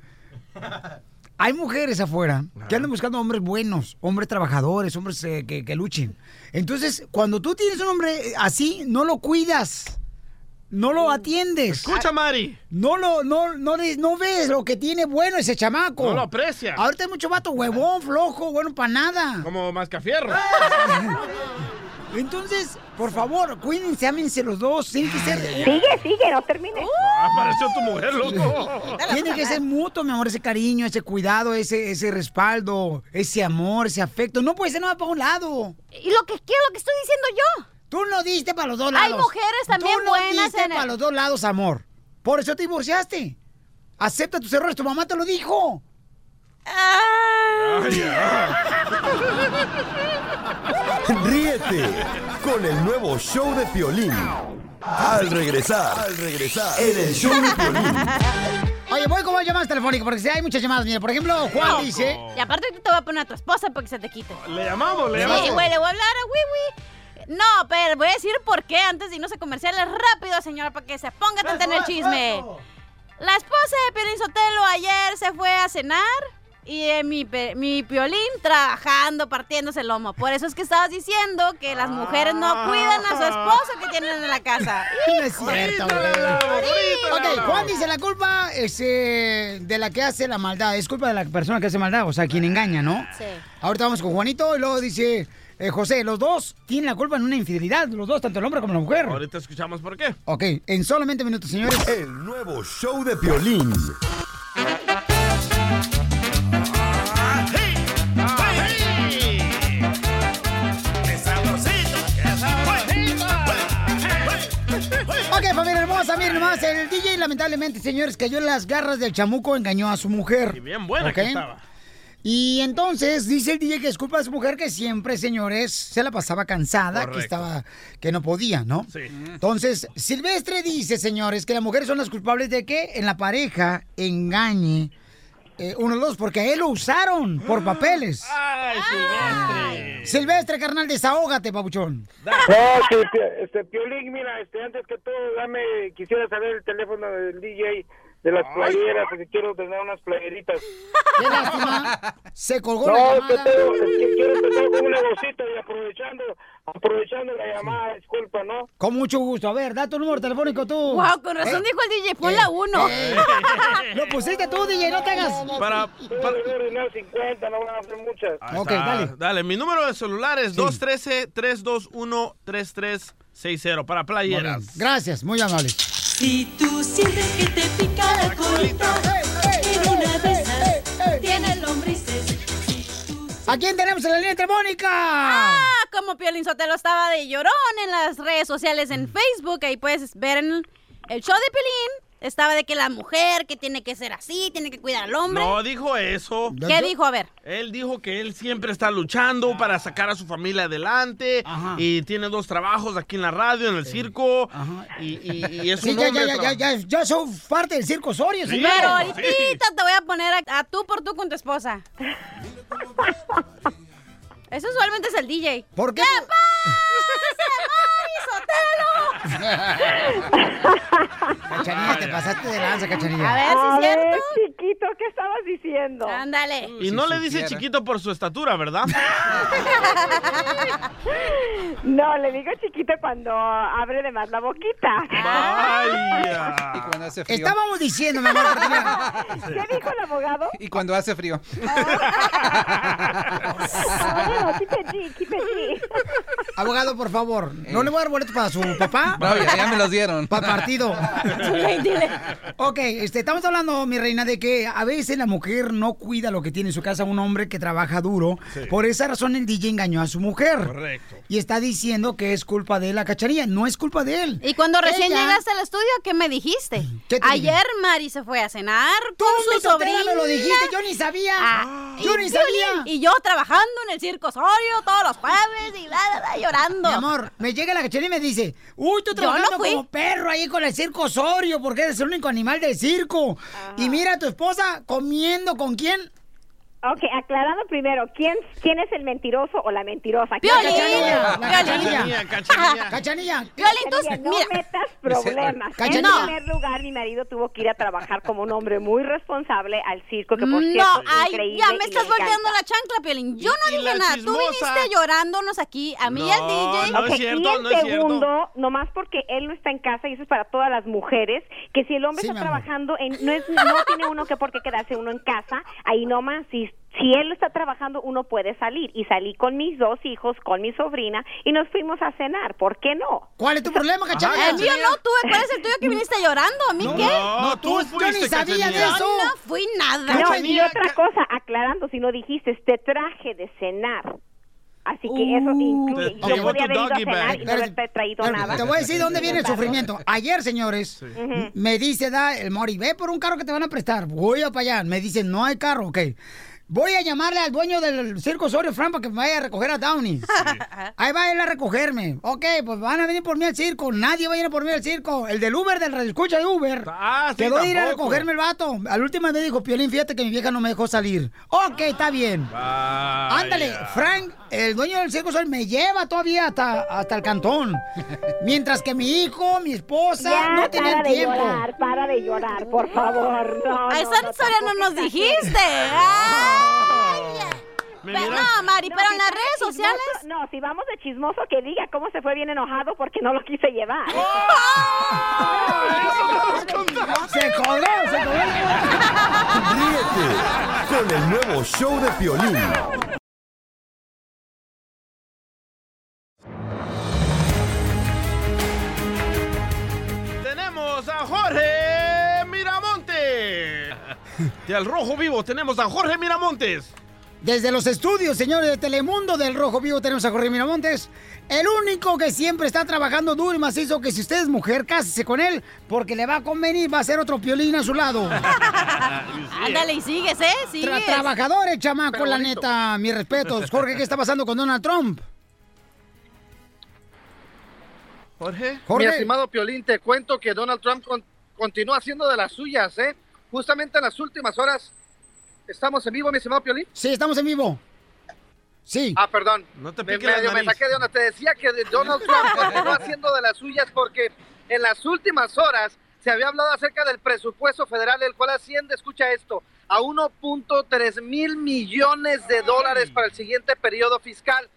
S2: Hay mujeres afuera que andan buscando hombres buenos, hombres trabajadores, hombres eh, que, que luchen. Entonces, cuando tú tienes un hombre eh, así, no lo cuidas. No lo atiendes.
S10: Mm. Escucha, Mari.
S2: No lo, no, no, le- no ves lo que tiene bueno ese chamaco.
S10: No lo aprecia.
S2: Ahorita hay mucho vato huevón, flojo, bueno para nada.
S10: Como mascafierro.
S2: Entonces, por favor, cuídense, ámense los dos. Tienen que ser.
S10: Sigue,
S2: sigue, no termine.
S10: Ah, Apareció tu mujer, loco.
S2: Tiene que
S9: ¿eh?
S2: ser mutuo, mi amor, ese cariño, ese cuidado, ese, ese respaldo, ese amor, ese afecto. No puede ser nada para un lado.
S9: ¿Y lo que es lo que estoy diciendo yo?
S2: Tú no diste para los dos lados.
S9: Hay mujeres también
S2: Tú no
S9: buenas
S2: diste
S9: en el-
S2: para los dos lados, amor. Por eso te divorciaste. Acepta tus errores, tu mamá te lo dijo.
S5: Ríete con el nuevo show de Piolín. Al regresar, al regresar, en el show de Piolín.
S2: Oye, voy con más llamadas telefónicas porque si hay muchas llamadas. Mira, por ejemplo, Juan
S9: Loco.
S2: dice...
S9: Y aparte tú te voy a poner a tu esposa para que se te quite.
S10: Le llamamos, le
S9: Sí,
S10: llamamos.
S9: güey, le voy a hablar a Wiwi. No, pero voy a decir por qué antes de irnos a comerciales rápido, señora, para que se ponga atenta en el chisme. La esposa de Piolín Sotelo ayer se fue a cenar y eh, mi, pe- mi Piolín trabajando, partiéndose el lomo. Por eso es que estabas diciendo que las mujeres no cuidan a su esposo que tienen en la casa.
S2: No es cierto, güey. Ok, Juan dice, la culpa es, eh, de la que hace la maldad. Es culpa de la persona que hace maldad, o sea, quien engaña, ¿no?
S9: Sí.
S2: Ahorita vamos con Juanito y luego dice... eh, José, los dos tienen la culpa en una infidelidad, los dos, tanto el hombre como la mujer.
S10: Ahorita escuchamos por qué.
S2: Ok, en solamente minutos, señores.
S5: El nuevo show de Piolín.
S2: Ok, familia hermosa, miren nomás, el DJ lamentablemente, señores, cayó en las garras del chamuco, engañó a su mujer.
S10: Y bien buena
S2: ¿ok?
S10: que estaba.
S2: Y entonces dice el DJ que es culpa de su mujer que siempre, señores, se la pasaba cansada,
S10: Correcto.
S2: que estaba, que no podía, ¿no?
S10: Sí.
S2: Entonces, Silvestre dice, señores, que las mujeres son las culpables de que en la pareja engañe eh, uno de los dos, porque a él lo usaron por papeles.
S10: Ay, Silvestre.
S2: Silvestre, carnal, desahógate, papuchón.
S13: No, sí, pi- este, Piolín, mira, este, antes que todo, dame, quisiera saber el teléfono del DJ de las playeras, porque quiero tener unas playeritas.
S2: Qué lástima. Se colgó
S13: No,
S2: la
S13: es que
S2: llamada.
S13: tengo, es que quiero empezar con un negocito y aprovechando, aprovechando la llamada, disculpa, ¿no?
S2: Con mucho gusto. A ver, da tu número telefónico tú. Eh,
S13: Guau, con razón
S9: dijo el DJ, pon la uno.
S2: Lo pusiste tú, DJ, no te hagas.
S10: Para-
S13: para... 50, no van a hacer muchas.
S10: Está- Dale, mi número de celular es 213-321-3360 para playeras.
S2: Gracias, muy amables.
S14: Si tú sientes que te pica la colita, en una
S2: Eh,
S14: de esas tienes lombrices.
S2: ¿A quién tenemos en la línea telefónica?
S9: Ah, como Piolín Sotelo estaba de llorón en las redes sociales,
S2: Mm.
S9: en Facebook, ahí puedes ver en el show de Piolín, estaba de que la mujer que tiene que ser así, tiene que cuidar al hombre.
S10: No dijo eso.
S9: ¿Qué dijo? A ver.
S10: Él dijo que él siempre está luchando para sacar a su familia adelante y tiene dos trabajos aquí en la radio, en el circo y, y- y es
S2: Sí,
S10: un
S2: ya, ya, ya,
S10: hombre
S2: ya,
S10: traba-
S2: ya, ya soy parte del circo Osorio,
S10: Sí,
S2: señor.
S9: Pero ahorita te voy a poner a, a tú por tú con tu esposa. Eso usualmente es el DJ.
S2: ¿Por qué?
S9: ¡Qué pasa, Mari
S2: Cachanilla, te pasaste de lanza, Cachanilla.
S9: A ver si es cierto.
S15: chiquito, ¿qué estabas diciendo?
S9: Ándale.
S10: Y no le dice chiquito por su estatura, ¿verdad?
S15: No, le digo chiquito cuando abre de más la boquita.
S10: Ah, Vaya.
S16: Y cuando hace frío.
S2: Estábamos diciendo, mi amor,
S15: ¿Qué dijo el abogado?
S16: Y cuando hace frío.
S15: Ah, no, keep it G, keep it G.
S2: Abogado, por favor, ¿no le voy a dar boletos para su papá?
S16: No, ya, ya me los dieron.
S2: Para partido. Ok, este, estamos hablando, mi reina, de que a veces la mujer no cuida lo que tiene en su casa un hombre que trabaja duro.
S14: Sí.
S2: Por esa razón el DJ engañó a su mujer.
S14: Correcto.
S2: Y está diciendo que es culpa de la cacharilla. No es culpa de él.
S9: Y cuando recién
S2: Ella-
S9: llegaste al estudio, ¿qué me dijiste?
S2: ¿Qué te
S9: Ayer Mari se fue a cenar
S2: Tú,
S9: con su
S2: Mito,
S9: sobrina.
S2: te lo dijiste, yo ni sabía. Yo
S9: y
S2: ni
S9: Piolín,
S2: sabía.
S9: Y yo trabajando en el circo Osorio todos los jueves y la, la, la, llorando.
S2: Mi amor, me llega la cacharilla y me dice, uy, tú
S9: Yo
S2: trabajando
S9: no fui.
S2: como perro ahí con el circo Osorio, porque eres el único animal del circo. Y mira a tu esposa comiendo con quién?
S15: Ok, aclarando primero, ¿quién, ¿quién es el mentiroso o la mentirosa?
S9: Piolín,
S15: Cachanilla,
S9: Cachanilla, Cachanilla.
S2: Cachanilla.
S9: Piolín, tú-
S15: No
S9: mira.
S15: metas problemas. En
S9: Cachanilla.
S15: primer lugar, mi marido tuvo que ir a trabajar como un hombre muy responsable al circo, que por
S9: No,
S15: cierto,
S9: ay,
S15: increíble
S9: ya me
S15: y
S9: estás
S15: encanta.
S9: volteando la chancla, Piolín. Yo no
S15: Y- y
S9: dije
S15: la
S9: nada. Tú
S15: chismosa.
S9: viniste llorándonos aquí, a mí y al DJ.
S15: Ok, y en segundo, nomás porque él no está en casa, y eso es para todas las mujeres, que si el hombre
S9: Sí,
S15: está
S9: mi amor.
S15: trabajando, en, no, es, no tiene uno que por qué quedarse uno en casa, ahí nomás, si, si él está trabajando, uno puede salir. Y salí con mis dos hijos, con mi sobrina, y nos fuimos a cenar, ¿por qué no?
S2: ¿Cuál es tu problema, Cachanilla?
S9: El mío no tuve, ¿cuál es el tuyo que viniste llorando? ¿A mí
S15: No,
S9: qué?
S15: no, tú
S9: yo
S15: fuiste, Cachanilla.
S9: Yo no fui nada.
S15: No, y otra cosa, aclarando, si no dijiste, te traje de cenar. Así que eso
S9: Uh,
S15: incluye.
S2: Te
S15: Yo
S2: llevó
S15: podía
S2: tu
S15: haber ido a
S2: doggy
S15: cenar y no
S2: bag.
S15: haberte traído
S2: Pero
S15: nada.
S2: Te voy a decir dónde viene el sufrimiento. Ayer, señores, m- me dice da el Mori, ve por un carro que te van a prestar. Voy a para allá. Me dice, no hay carro, ok. Voy a llamarle al dueño del circo Osorio Fran para que me vaya a recoger a Downey. Ahí va él a recogerme. Ok, pues van a venir por mí al circo. Nadie va a ir a por mí al circo. El del Uber, del radio escucha de Uber.
S10: Ah, sí,
S2: Te doy a ir a
S10: tampoco.
S2: recogerme el vato. Al último me dijo, Piolín, fíjate que mi vieja no me dejó salir. Ok, está bien.
S10: Vaya.
S2: Ándale, Frank, el dueño del circo Sol me lleva todavía hasta, hasta el cantón. Mientras que mi hijo, mi esposa,
S15: Ya,
S2: no tenían
S15: para de
S2: tiempo.
S15: llorar, para de llorar, por favor. No,
S9: A esa historia no nos dijiste. Ay, Pe- no, Mari, pero en las redes sociales-
S15: No, si vamos de chismoso, que diga cómo se fue bien enojado porque no lo quise llevar.
S9: ¡Oh!
S2: Se cobró, se cobró.
S5: Ríete con el nuevo show de Piolín.
S10: Tenemos a Jorge Miramontes. Y al rojo vivo tenemos a Jorge Miramontes.
S2: Desde los estudios, señores de Telemundo del Rojo Vivo, tenemos a Jorge Miramontes. El único que siempre está trabajando duro y macizo, que si usted es mujer, cásese con él, porque le va a convenir, va a ser otro piolín a su lado.
S9: Ándale y sigues, ¿eh? Sigues.
S2: Ah, Tra- trabajadores, chamaco, la neta, mis respetos. Jorge, ¿qué está pasando con Donald Trump?
S10: Jorge.
S2: Jorge.
S4: Mi estimado Piolín, te cuento que Donald Trump con- continúa haciendo de las suyas, ¿eh? Justamente en las últimas horas. ¿Estamos en vivo, mi estimado Piolín?
S2: Sí, estamos en vivo. Sí.
S4: Ah, perdón.
S10: No te
S4: me,
S10: pique la
S4: medio me
S10: nariz.
S4: saqué de onda. Te decía que de- Donald Trump continúa haciendo de las suyas porque en las últimas horas se había hablado acerca del presupuesto federal, el cual asciende, escucha esto, a 1.3 mil millones de dólares para el siguiente periodo fiscal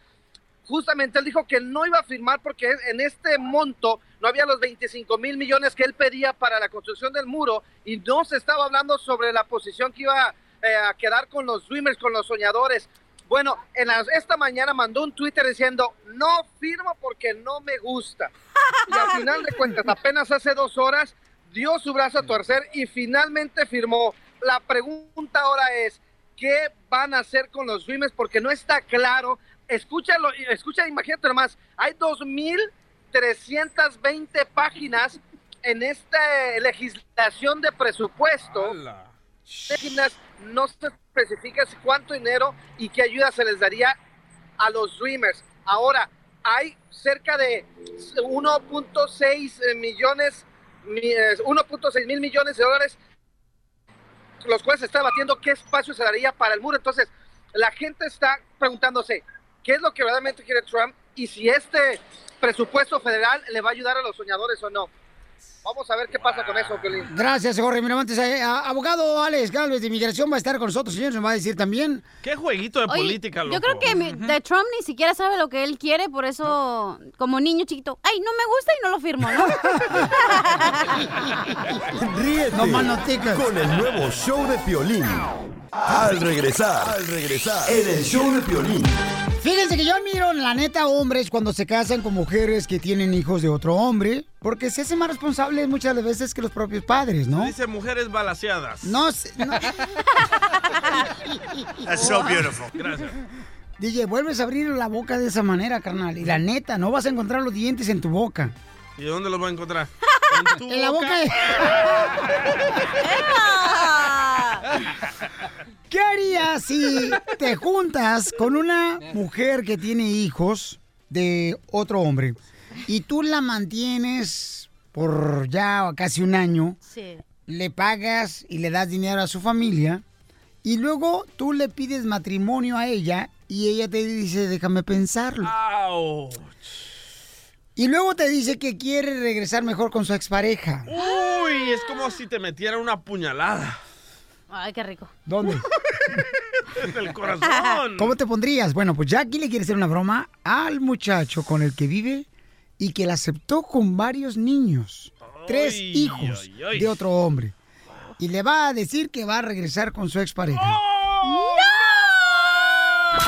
S4: justamente él dijo que no iba a firmar porque en este monto no había los 25 mil millones que él pedía para la construcción del muro y no se estaba hablando sobre la posición que iba eh, a quedar con los dreamers, con los soñadores. Bueno, en las- esta mañana mandó un Twitter diciendo, no firmo porque no me gusta. Y al final de cuentas, apenas hace dos horas, dio su brazo a torcer y finalmente firmó. La pregunta ahora es, ¿qué van a hacer con los Dreamers? Porque no está claro. Escúchalo, escucha, imagínate nomás, hay 2.320 páginas en esta eh, legislación de presupuesto. Páginas, no se especifica si cuánto dinero y qué ayuda se les daría a los Dreamers. Ahora, hay cerca de 1.6 millones, mi- eh, 1.6 mil millones de dólares, los cuales se está debatiendo qué espacio se daría para el muro. Entonces, la gente está preguntándose qué es lo que verdaderamente quiere Trump y si este presupuesto federal le va a ayudar a los soñadores o no. Vamos a ver qué pasa con eso, Piolín.
S2: Gracias, Jorge Miramontes. Eh, a- Abogado Alex Galvez de Inmigración va a estar con nosotros, señor. Nos va a decir también.
S10: Qué jueguito de
S9: Oye,
S10: política, loco.
S9: Yo creo que mi- de Trump ni siquiera sabe lo que él quiere, por eso, como niño chiquito, ay, no me gusta y no lo firmo, ¿no?
S5: Ríete
S2: No más noticas.
S5: con el nuevo show de Piolín. Al regresar, al regresar, en el show de Piolín.
S2: Fíjense que yo admiro, la neta, hombres cuando se casan con mujeres que tienen hijos de otro hombre, porque se hacen más responsables muchas de las veces que los propios padres, ¿no?
S10: Dice mujeres balaseadas.
S2: No, sé- no.
S10: That's so beautiful. Gracias.
S2: DJ, vuelves a abrir la boca de esa manera, carnal. Y la neta, no vas a encontrar los dientes en tu boca.
S10: ¿Y dónde los voy a encontrar?
S2: En la boca de... ¿Qué harías si te juntas con una mujer que tiene hijos de otro hombre y tú la mantienes por ya casi un año,
S9: Sí.
S2: le pagas y le das dinero a su familia
S17: Y luego tú le pides matrimonio a ella y ella te dice, déjame pensarlo. Y luego te dice que quiere regresar mejor con su expareja.
S10: Uy, es como si te metiera una puñalada
S9: Ay, qué rico.
S17: ¿Dónde?
S10: en el corazón.
S17: ¿Cómo te pondrías? Bueno, pues Jackie le quiere hacer una broma al muchacho con el que vive y que la aceptó con varios niños. Tres
S8: Ay,
S17: hijos
S8: ay, ay.
S17: de otro hombre. Y le va a decir que va a regresar con su expareja.
S8: ¡Oh!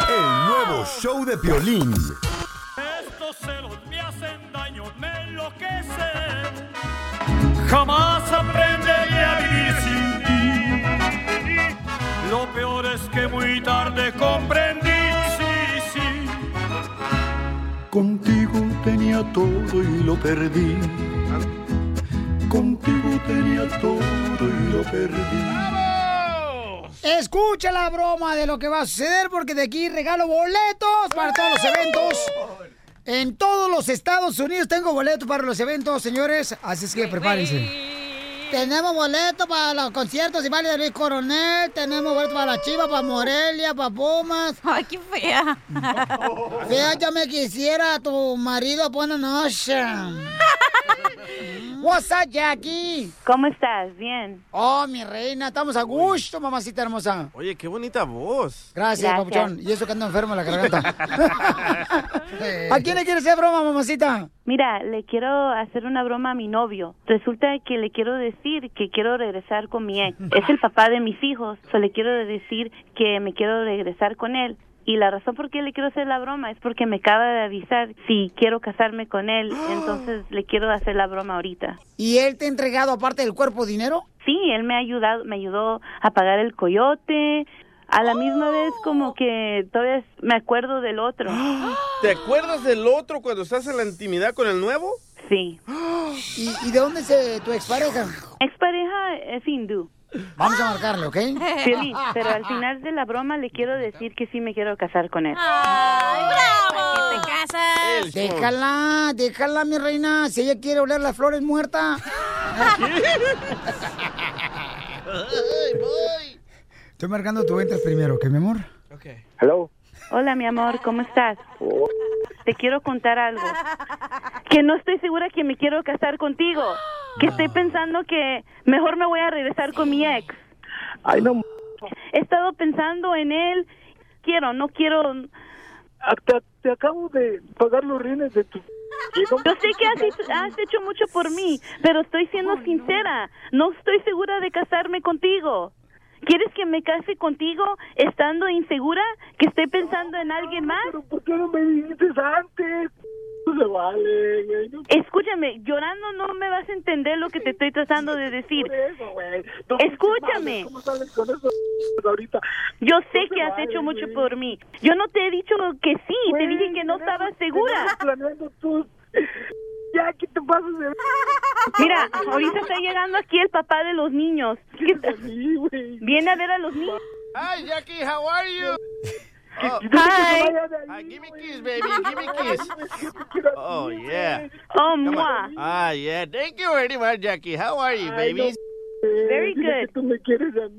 S5: El nuevo show de Piolín.
S8: Estos celos me hacen daño, me enloquecen. Jamás aprenderé a vivir sin ti. Lo peor es que muy tarde comprendí, sí, sí.
S18: Contigo tenía todo y lo perdí. Contigo tenía todo y lo perdí.
S17: Escucha la broma de lo que va a suceder porque de aquí regalo boletos para todos los eventos. En todos los Estados Unidos tengo boletos para los eventos, señores, así es que prepárense.
S2: Tenemos boletos para los conciertos y vale de Luis Coronel. Tenemos boletos para la Chiva, para Morelia, para Pumas.
S9: Ay, qué fea.
S2: Fea, yo me quisiera tu marido buena noche. What's up, Jackie?
S12: ¿Cómo estás? Bien.
S2: Oh, mi reina, estamos a gusto, mamacita hermosa.
S10: Oye, qué bonita voz.
S2: Gracias, papuchón. Y eso que ando enfermo en la garganta. ¿A quién le quieres hacer broma, mamacita?
S12: Mira, le quiero hacer una broma a mi novio. Resulta que le quiero decir que quiero regresar con mi ex. Es el papá de mis hijos. So, le quiero decir que me quiero regresar con él. Y la razón por qué le quiero hacer la broma es porque me acaba de avisar si quiero casarme con él. Entonces le quiero hacer la broma ahorita.
S2: ¿Y él te ha entregado, aparte del cuerpo, dinero?
S12: Sí, él me ha ayudado, me ayudó a pagar el coyote. A la misma vez como que todavía es- me acuerdo del otro.
S10: ¿Te acuerdas del otro cuando estás en la intimidad con el nuevo?
S12: Sí.
S2: ¿Y, y de dónde es eh, tu expareja?
S12: Expareja eh, es hindú.
S2: Vamos a marcarle, ¿ok?
S12: Piolín, pero al final de la broma le quiero decir que sí me quiero casar con él.
S9: ¡Bravo! te casas?
S2: Déjala, déjala, mi reina. Si ella quiere oler las flores muertas.
S17: Estoy marcando tu ventas primero, ¿ok, mi amor?
S12: Hello. Hola, mi amor, ¿cómo estás? Te quiero contar algo. Que no estoy segura que me quiero casar contigo. Que estoy
S2: Ah.
S12: pensando que mejor me voy a regresar con mi ex.
S13: Ay, no.
S12: He estado pensando en él. Quiero, no quiero.
S13: Te, te acabo de pagar los rines de tu.
S12: Yo sé que has hecho, has hecho mucho por mí, pero estoy siendo sincera. No estoy segura de casarme contigo. ¿Quieres que me case contigo estando insegura? ¿Que estoy pensando en alguien más? ¿Pero por qué no me dijiste antes?
S13: Se vale, güey.
S12: Escúchame, llorando no me vas a entender lo que te estoy tratando de decir. Escúchame. Yo sé que has hecho mucho por mí. Yo no te he dicho que sí, te dije que no estaba segura. Ya, ¿qué te pasas de... Mira, ahorita está llegando aquí el papá de los niños. Viene a ver a los niños.
S10: Hi, Jackie, how are you? Oh.
S12: Hi.
S10: Ah, give me kiss, baby. Give me kiss. Oh, yeah.
S12: Oh,
S10: Come
S12: mwah.
S10: on. Ah, yeah. Thank you very much, Jackie. How are you,
S12: Ay,
S10: baby?
S12: Very good.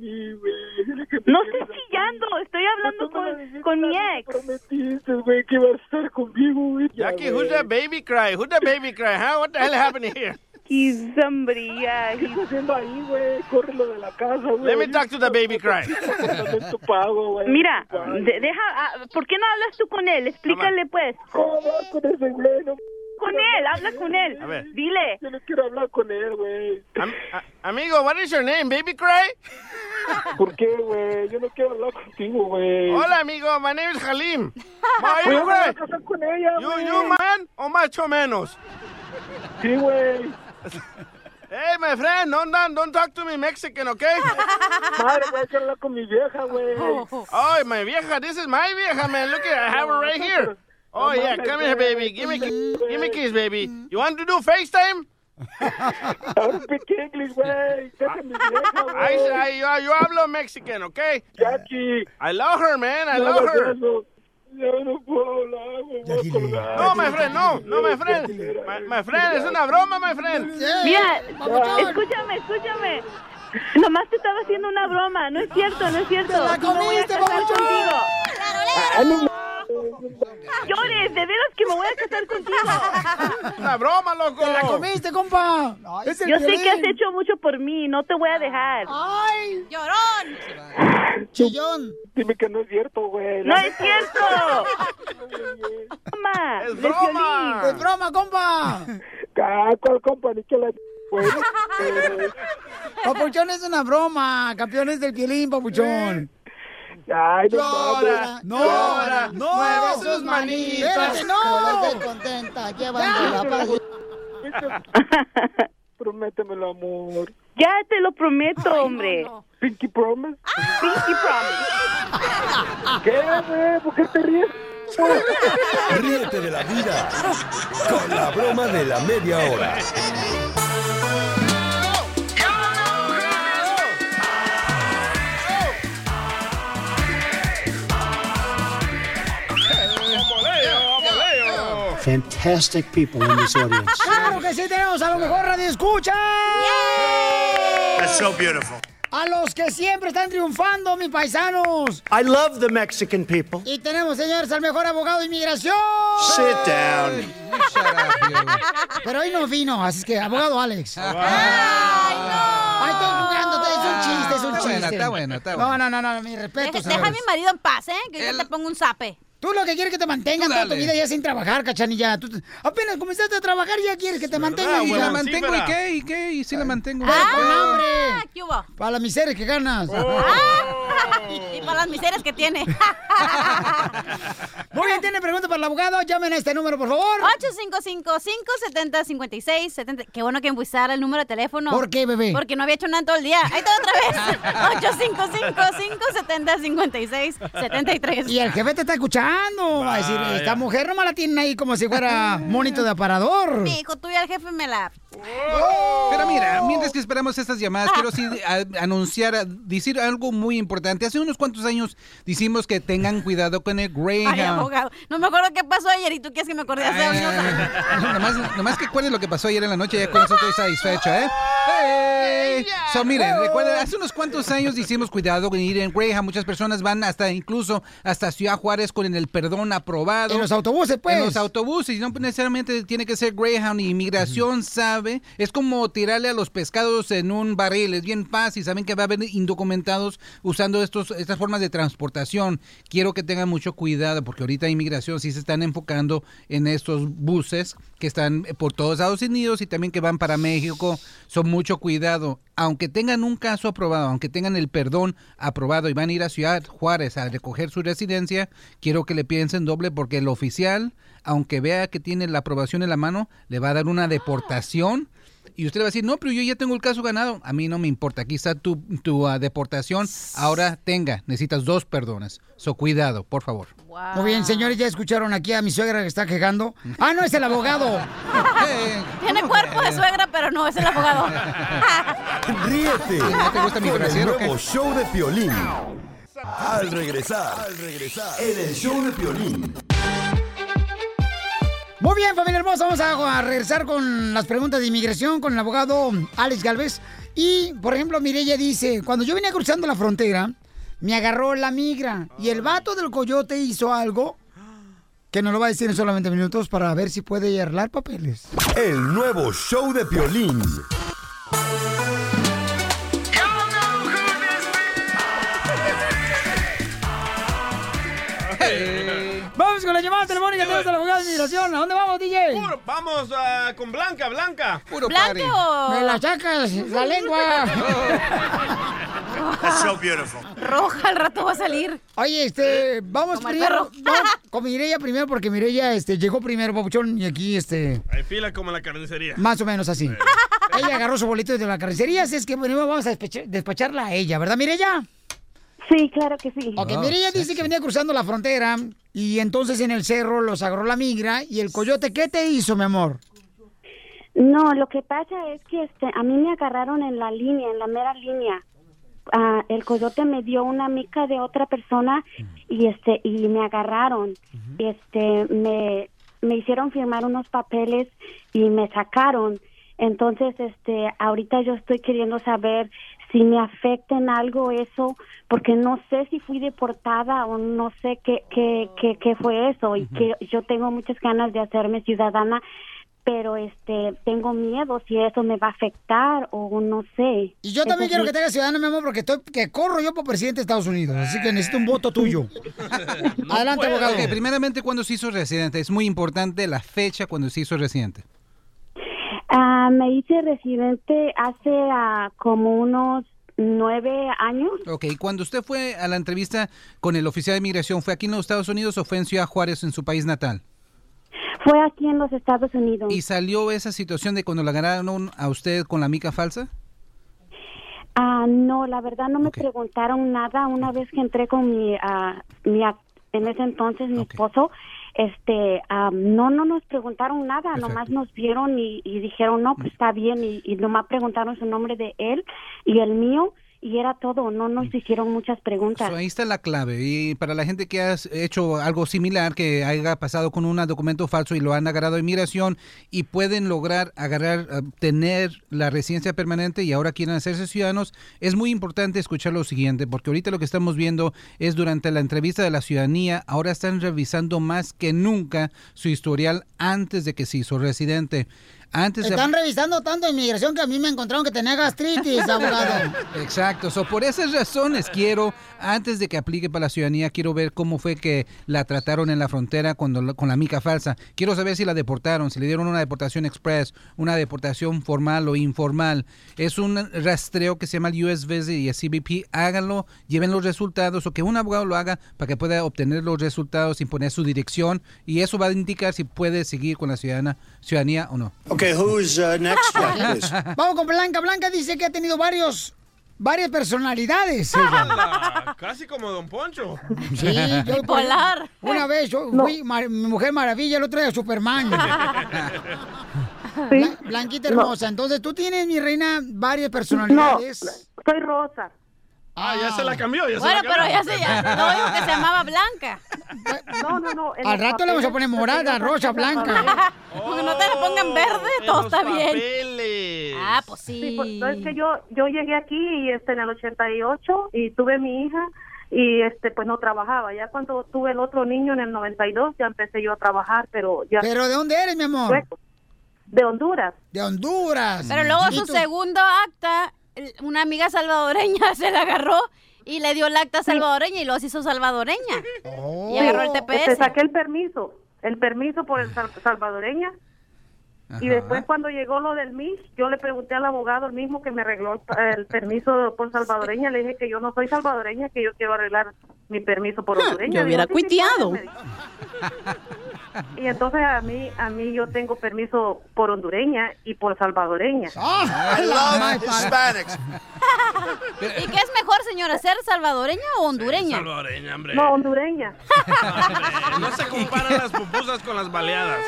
S12: No estoy chillando, estoy hablando con, con mi ex.
S13: güey, que iba a estar conmigo, güey.
S10: Jackie, who's that baby cry? Who's that baby cry? Huh? What the hell happened here?
S12: He's somebody, yeah. ¿Qué
S13: estás haciendo ahí, güey? Córrelo de la casa, güey.
S10: Let me talk to the baby cry.
S13: Tu pago, güey.
S12: Mira, de- deja, ah, ¿por qué no hablas tú con él? Explícale pues.
S13: ¿Cómo hablas con ese güey? No
S12: Con él, habla con él.
S10: A ver.
S12: Dile.
S13: Yo no quiero hablar con él, güey.
S10: Am- a- amigo, what is your name, baby cry?
S13: ¿Por qué, güey? Yo no quiero hablar contigo, güey.
S10: Hola, amigo. My name is Halim. How are
S13: Güey,
S10: you,
S13: me voy a
S10: cry?
S13: casar con ella,
S10: You,
S13: güey.
S10: you man o macho menos?
S13: Sí, güey.
S10: Hey, my friend, don't, don't, don't talk to me Mexican, okay?
S13: Madre, güey, quiero hablar con mi vieja, güey.
S10: Oh, my vieja, this is my vieja, man. Look at, I have her right here. Oh yeah, come here, baby. Give me, ki- give me kiss, baby. You want to do FaceTime?
S13: Ahora speak English, güey. Deja mi vieja, güey.
S10: I, I, yo, yo hablo Mexican, okay?
S13: Jackie.
S10: I love her, man. I
S13: No,
S10: love her.
S13: no, Yo no puedo hablar, güey. voy a colgar.
S10: No, my friend, no, no, my friend. My, my friend, es una broma, my friend.
S12: Mira, escúchame, escúchame. Nomás te estaba haciendo una broma. No es cierto, no es cierto.
S7: ¡Te la
S12: No voy a
S7: comiste,
S12: casar
S7: babuchón!
S12: contigo.
S7: Ah, no,
S12: Llores, de veras que me voy a casar contigo.
S10: Una broma, loco.
S12: Te la
S2: comiste, compa.
S7: es el
S12: Yo sé que
S7: Piolín.
S12: has hecho mucho por mí. No te voy a dejar.
S9: Ah,
S2: ¡Ay!
S9: ¡Llorón!
S2: Chillón.
S19: Dime que no es cierto, güey.
S12: ¡No es cierto! ¡Broma!
S7: ¡Es broma!
S2: ¡Es broma, compa!
S19: Ah, ¿Cuál compa? Ni que la... güey.
S2: Papuchón es una broma. Campeones del violín, papuchón.
S19: Ay,
S7: no Llora, mames.
S2: no,
S7: llora,
S2: no,
S7: mueve sus manitas.
S2: Espérate,
S7: No
S2: no.
S7: estés
S20: contenta,
S2: la
S19: Prométeme el amor.
S12: Ya te lo prometo, hombre.
S19: Pinky Promise.
S12: Pinky Promise.
S19: ¿Qué,
S13: Eh,
S19: güey? ¿Por qué te ríes?
S5: Ríete de la vida con la broma de la media hora.
S13: Fantastic people in this audience.
S2: ¡Claro que sí tenemos a lo mejor radio escucha!
S13: That's so beautiful.
S2: ¡A los que siempre están triunfando, mis paisanos!
S13: I love the Mexican people.
S2: Y tenemos, señores, al mejor abogado de inmigración.
S13: Sit down.
S2: Pero hoy no vino, así es que, abogado Alex.
S7: ¡Ay,
S2: Ahí estoy jugando, es un chiste, es un
S9: Está
S2: chiste.
S9: buena, está
S16: buena, está
S2: No,
S9: buena.
S2: no, no, no, mi respeto.
S9: Deja, deja a mi marido en paz, ¿eh? Que yo te pongo un zape.
S2: Tú lo que quieres que te mantengan
S9: Tú
S2: toda tu
S9: dale.
S2: vida ya sin trabajar, cachanilla. Tú apenas comenzaste a trabajar y ya quieres que te mantengan.
S16: Y
S2: hija.
S16: la mantengo y qué, y qué, y si la mantengo.
S2: Ah, con hambre.
S9: ¿Qué hubo? Ah,
S2: Para las miserias que ganas.
S9: Oh. Y para las miserias que tiene.
S2: Muy bien, tiene pregunta para el abogado. Llamen a este número, por favor.
S9: 855-570-5670. Qué bueno que empujara el número de teléfono.
S2: ¿Por qué, bebé?
S9: Porque no había hecho nada en todo el día. Ahí está otra vez. 855-570-5673.
S2: Y el jefe te está escuchando. Va a decir,
S9: Vaya.
S2: esta mujer nomás la tienen ahí como si fuera monito de aparador.
S9: Me dijo, tú y al jefe me la...
S16: Oh. Pero mira, mientras que esperamos estas llamadas, quiero sí a- anunciar, a- decir algo muy importante. Hace unos cuantos años decimos que tengan cuidado con el
S9: Ay,
S16: Greyhound.
S9: abogado. No me acuerdo qué pasó ayer y tú quieres que me acordé
S16: Eh,
S9: hace años.
S16: nomás, nomás que recuerden lo que pasó ayer en la noche, ya con eso estoy satisfecho, ¿eh? ¡Hey! So,
S2: Oh.
S16: miren, recuerden, hace unos cuantos años hicimos cuidado con ir en Greyhound. Muchas personas van hasta, incluso, hasta Ciudad Juárez con el perdón aprobado.
S2: En los autobuses, pues.
S16: En los autobuses, y no necesariamente tiene que ser Greyhound. Y inmigración sabe, es como tirarle a los pescados en un barril. Es bien fácil, saben que va a haber indocumentados usando estos, estas formas de transportación. Quiero que tengan mucho cuidado, porque ahorita inmigración sí se están enfocando en estos buses que están eh, por todos Estados Unidos y también que van para México. Son mucho cuidado. Aunque tengan un caso aprobado, aunque tengan el perdón aprobado y van a ir a Ciudad Juárez a recoger su residencia, quiero que le piensen doble porque el oficial, aunque vea que tiene la aprobación en la mano, le va a dar una deportación. Y usted le va a decir, no, pero yo ya tengo el caso ganado. A mí no me importa, aquí está tu, tu, ah, deportación. Ahora tenga, necesitas dos perdones. So, cuidado, por favor.
S2: Muy bien, señores, ya escucharon aquí a mi suegra que está quejando. Ah, no, es el abogado.
S16: eh,
S9: Tiene cuerpo de suegra, pero no es el abogado.
S5: Ríete
S16: te gusta mi
S5: con el
S16: brasier, o qué?
S5: nuevo show de Piolín. Al regresar, al regresar, en el show de Piolín.
S2: Muy bien, familia hermosa, vamos a, a regresar con las preguntas de inmigración con el abogado Alex Galvez. Y, por ejemplo, Mireya dice, cuando yo venía cruzando la frontera, me agarró la migra y el vato del coyote hizo algo que nos lo va a decir en solamente minutos para ver si puede arreglar papeles.
S5: El nuevo show de Piolín.
S2: Vamos con la llamada telefónica, tenemos al abogado de inmigración. ¿A dónde vamos, DJ?
S10: Puro, vamos ah, con Blanca, Blanca.
S16: Puro
S2: Me la sacas la lengua.
S13: That's so beautiful.
S9: Roja, al rato va a salir.
S2: Oye, este, vamos
S9: Como el
S2: primero.
S9: perro.
S2: Vamos con Mireya primero, porque Mireya este, llegó primero, papuchón, y aquí, este,
S10: Hay fila como en la carnicería.
S2: más o menos así. Ella agarró su boleto de la carnicería, así es que primero vamos a despecha- despacharla a ella, ¿verdad, Mireya?
S12: Sí, claro que sí.
S2: Ok,
S21: Ah,
S12: Oh,
S2: Mireya dice que venía cruzando la frontera y entonces en el cerro los agarró la migra y el coyote, ¿qué te hizo, mi amor?
S22: No, lo que pasa es que este, a mí me agarraron en la línea, en la mera línea. Ah, el coyote me dio una mica de otra persona y este y me agarraron. Este me me hicieron firmar unos papeles y me sacaron. Entonces, este ahorita yo estoy queriendo saber si me afecta en algo eso, porque no sé si fui deportada o no sé qué, qué, qué, qué fue eso y que yo tengo muchas ganas de hacerme ciudadana, pero este tengo miedo si eso me va a afectar o no sé.
S2: Y yo también
S22: Ese es
S2: quiero
S22: mi-
S2: que te hagas ciudadano, mi amor, porque estoy, que corro yo por presidente de Estados Unidos. Así que necesito un voto tuyo. Adelante, abogado.
S16: Ok, primeramente, ¿cuándo se hizo residente? Es muy importante la fecha cuando se hizo residente.
S22: Ah, me hice residente hace ah, como unos nueve años.
S16: Ok, cuando usted fue a la entrevista con el oficial de inmigración, ¿fue aquí en los Estados Unidos o fue en Ciudad Juárez, en su país natal?
S22: Fue aquí en los Estados Unidos.
S16: ¿Y salió esa situación de cuando la ganaron a usted con la mica falsa?
S22: Ah, no, la verdad no me preguntaron nada. Una vez que entré con mi, ah, mi ac- en ese entonces mi esposo, este, ah, no, no nos preguntaron nada. Nomás nos vieron y, y dijeron no, pues está bien y, y nomás preguntaron su nombre de él y el mío y era todo. No nos hicieron muchas preguntas.
S16: So, ahí está la clave. Y para la gente que ha hecho algo similar, que haya pasado con un documento falso y lo han agarrado a inmigración y pueden lograr agarrar, eh, tener la residencia permanente y ahora quieren hacerse ciudadanos, es muy importante escuchar lo siguiente, porque ahorita lo que estamos viendo es durante la entrevista de la ciudadanía, ahora están revisando más que nunca su historial antes de que se hizo residente. Antes de-
S2: Están revisando tanto inmigración que a mí me encontraron que tenía gastritis, abogado.
S16: Exacto. So, por esas razones quiero, antes de que aplique para la ciudadanía, quiero ver cómo fue que la trataron en la frontera cuando, la- con la mica falsa. Quiero saber si la deportaron, si le dieron una deportación express, una deportación formal o informal. Es un rastreo que se llama el US Visit y el CBP. Háganlo, lleven los resultados o que un abogado lo haga para que pueda obtener los resultados y poner su dirección. Y eso va a indicar si puede seguir con la ciudadana, ciudadanía o no.
S21: Okay, who's uh, next? Yeah, please.
S2: Vamos con Blanca. Blanca dice que ha tenido varios, varias personalidades. ella.
S10: Ah, Casi como Don Poncho.
S2: Sí, yo- Una vez yo fui Mar- mi mujer maravilla, el otro día Superman. Bla- Blanquita
S10: No.
S2: hermosa. Entonces, tú tienes, mi reina, varias personalidades.
S22: soy rosa.
S10: Ah, ya se la cambió, ya
S9: Bueno,
S10: se la
S9: pero
S10: cambió.
S9: ya se ya. No digo que se llamaba Blanca.
S22: No, no, no.
S2: Al rato le vamos a poner morada, roja, blanca.
S9: Porque no te la pongan verde, todo está bien. Ah, pues sí.
S22: pues, no, es que yo, yo llegué aquí y, este, en el 88 y tuve mi hija y este pues no trabajaba. Ya cuando tuve el otro niño en el 92 ya empecé yo a trabajar, pero ya...
S2: ¿Pero de dónde eres, mi amor?
S22: de Honduras.
S2: De Honduras.
S9: Pero luego
S2: ¿Y
S9: su
S2: tú?
S9: segundo acta, el- una amiga salvadoreña se la agarró y le dio el acta salvadoreña y los hizo salvadoreña. Y agarró el
S22: Este,
S9: TPS.
S22: saqué el permiso, el permiso por el sal- salvadoreña. Y después cuando llegó lo del MIS, yo le pregunté al abogado, el mismo que me arregló el, el permiso por salvadoreña, le dije que yo no soy salvadoreña, que yo quiero arreglar mi permiso por hondureña.
S23: yo hubiera
S22: Dijo, "Sí, sí,
S23: cuiteado".
S22: padre", me dijo. Y entonces a mí, a mí yo tengo permiso por hondureña y por salvadoreña.
S21: I love Hispanics.
S9: ¿Y qué es mejor, señora, ser salvadoreña o hondureña?
S10: Salvadoreña, hombre.
S22: No, hondureña.
S10: No se comparan las pupusas con las baleadas.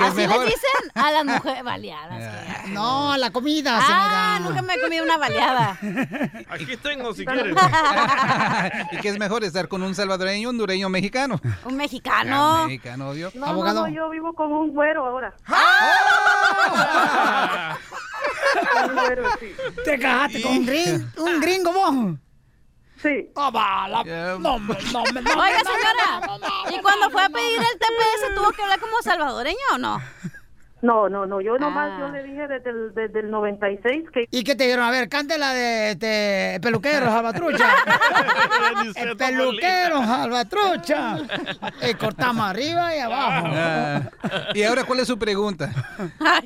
S9: Así le dicen a las mujeres baleadas.
S2: Ah, No, la comida.
S9: Ah, nunca me he comido una baleada.
S10: Aquí tengo si quieres.
S16: ¿Y qué es mejor estar con un salvadoreño, hondureño, o mexicano?
S9: Un mexicano.
S16: Ah, mexicano, Dios.
S22: No, no, no, yo vivo con un güero ahora.
S2: ¡Ah!
S22: Con un güero, sí.
S2: Te cajaste con un gringo, un gringo vos.
S22: Sí.
S2: Ah, va, la- No, me- no, me- no,
S9: Oiga,
S2: me- no,
S9: señora, ¿y cuando fue a pedir el TPS tuvo que hablar como salvadoreña o no?
S22: No, no, no, yo nomás
S9: Ah.
S22: yo le dije desde el, desde el 96 que...
S2: ¿Y qué te dieron? A ver, cántela de, de peluquero, salvatrucha. el peluquero, salvatrucha. Eh, cortamos arriba y abajo.
S16: Ah, y ahora, ¿cuál es su pregunta?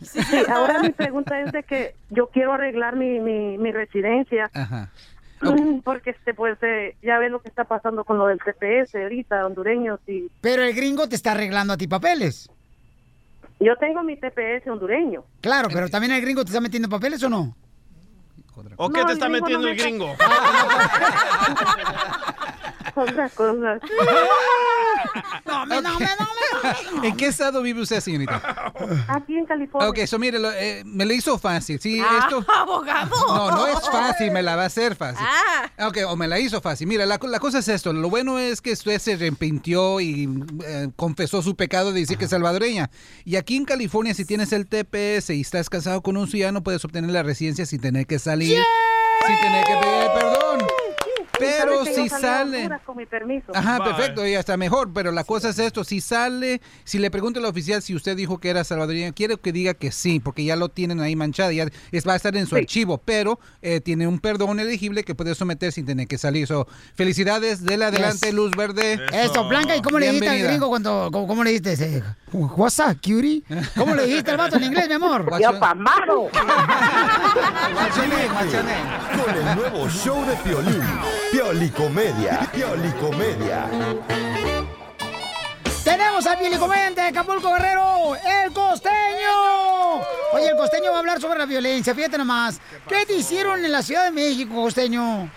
S22: Sí, ahora mi pregunta es de que yo quiero arreglar mi, mi, mi residencia
S16: Ajá. Ah,
S22: porque este pues eh, ya ves lo que está pasando con lo del TPS ahorita hondureños y
S2: Pero el gringo te está arreglando a ti papeles.
S22: yo tengo mi TPS hondureño.
S2: Claro, pero también el gringo te está metiendo papeles o no?
S10: ¿O qué
S22: No,
S10: te
S22: el
S10: está
S22: gringo
S10: metiendo
S22: no
S10: el gringo?
S22: Otra cosa.
S2: No, me, no, me, no,
S16: ¿En qué estado vive usted, señorita?
S22: Aquí en California.
S16: Ok, eso mire, lo- eh, me le hizo fácil. Sí,
S9: Ah,
S16: esto.
S9: abogado.
S16: No, no es fácil, me la va a hacer fácil.
S9: Ah.
S16: Ok, o me la hizo fácil. Mira, la, co- la cosa es esto. Lo bueno es que usted se arrepintió y eh, confesó su pecado de decir que es salvadoreña. Y aquí en California, si tienes el TPS y estás casado con un ciudadano, puedes obtener la residencia sin tener que salir. Sí tenía que pedir perdón. Pero si sale...
S23: Con mi permiso.
S16: Ajá, perfecto, y hasta mejor, pero la cosa es esto, si sale, si le pregunta al oficial si usted dijo que era salvadoreño, quiero que diga que sí, porque ya lo tienen ahí manchada, ya es, va a estar en su archivo, pero eh, tiene un perdón elegible que puede someter sin tener que salir. So, felicidades, del adelante,
S2: Yes.
S16: luz verde.
S2: Eso, Blanca, ¿y cómo le dijiste al
S16: Bienvenida.
S2: gringo cuando, cómo, cómo le dijiste? ese? What's up, cutie? ¿Cómo le dijiste al vato en inglés, mi amor?
S16: What's up,
S2: pamado!
S5: Con el nuevo show de Piolín. Piolicomedia. Piolicomedia.
S2: Tenemos al Comediante de Acapulco Guerrero, el costeño. Oye, el costeño va a hablar sobre la violencia, fíjate nomás. ¿Qué te hicieron en la Ciudad de México, costeño?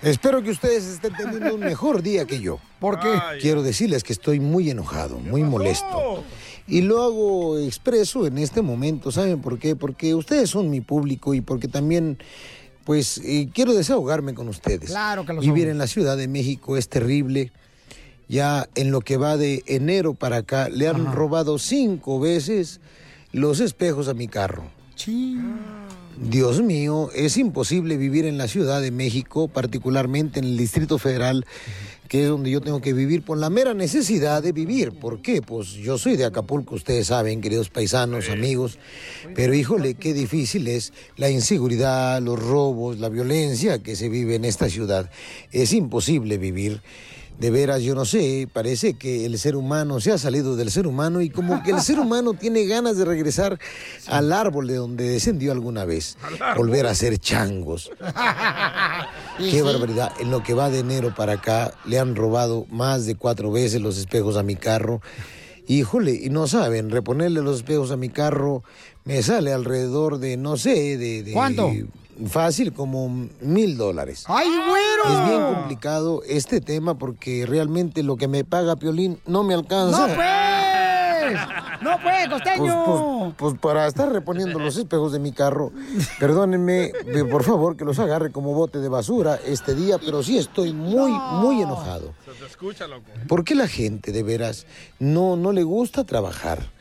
S24: Espero que ustedes estén teniendo un mejor día que yo. ¿Por qué? Quiero decirles que estoy muy enojado, muy molesto. Y lo hago expreso en este momento, ¿saben por qué? Porque ustedes son mi público y porque también, pues, eh, quiero desahogarme con ustedes.
S2: Claro que lo
S24: Vivir
S2: somos.
S24: en la Ciudad de México es terrible. Ya en lo que va de enero para acá, le han robado cinco veces los espejos a mi carro. Dios mío, es imposible vivir en la Ciudad de México, particularmente en el Distrito Federal, que es donde yo tengo que vivir por la mera necesidad de vivir. ¿Por qué? Pues yo soy de Acapulco, ustedes saben, queridos paisanos, amigos, pero híjole, qué difícil es la inseguridad, los robos, la violencia que se vive en esta ciudad. Es imposible vivir. De veras, yo no sé, parece que el ser humano se ha salido del ser humano y como que el ser humano tiene ganas de regresar al árbol de donde descendió alguna vez, volver a ser changos. Qué barbaridad. En lo que va de enero para acá, le han robado más de cuatro veces los espejos a mi carro. Híjole, y no saben, reponerle los espejos a mi carro me sale alrededor de, no sé, de... de-
S2: ¿Cuánto?
S24: Fácil, como mil dólares.
S2: ¡Ay, güero!
S24: Es bien complicado este tema porque realmente lo que me paga Piolín no me alcanza.
S2: ¡No pues! ¡No pues,
S24: Pues,
S2: costeño!
S24: pues- pues para estar reponiendo los espejos de mi carro, perdónenme, eh, por favor, que los agarre como bote de basura este día, pero sí estoy muy, muy enojado.
S10: Escucha, loco.
S24: ¿Por qué la gente de veras no, no le gusta trabajar?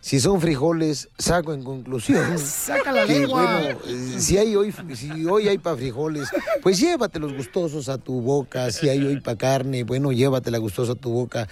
S24: Si son frijoles, saco en conclusión.
S2: Saca la
S24: que,
S2: lengua.
S24: bueno, eh, si, hay hoy, si hoy hay para frijoles, pues llévatelos gustosos a tu boca. Si hay hoy para carne, bueno, llévatela gustosa a tu boca.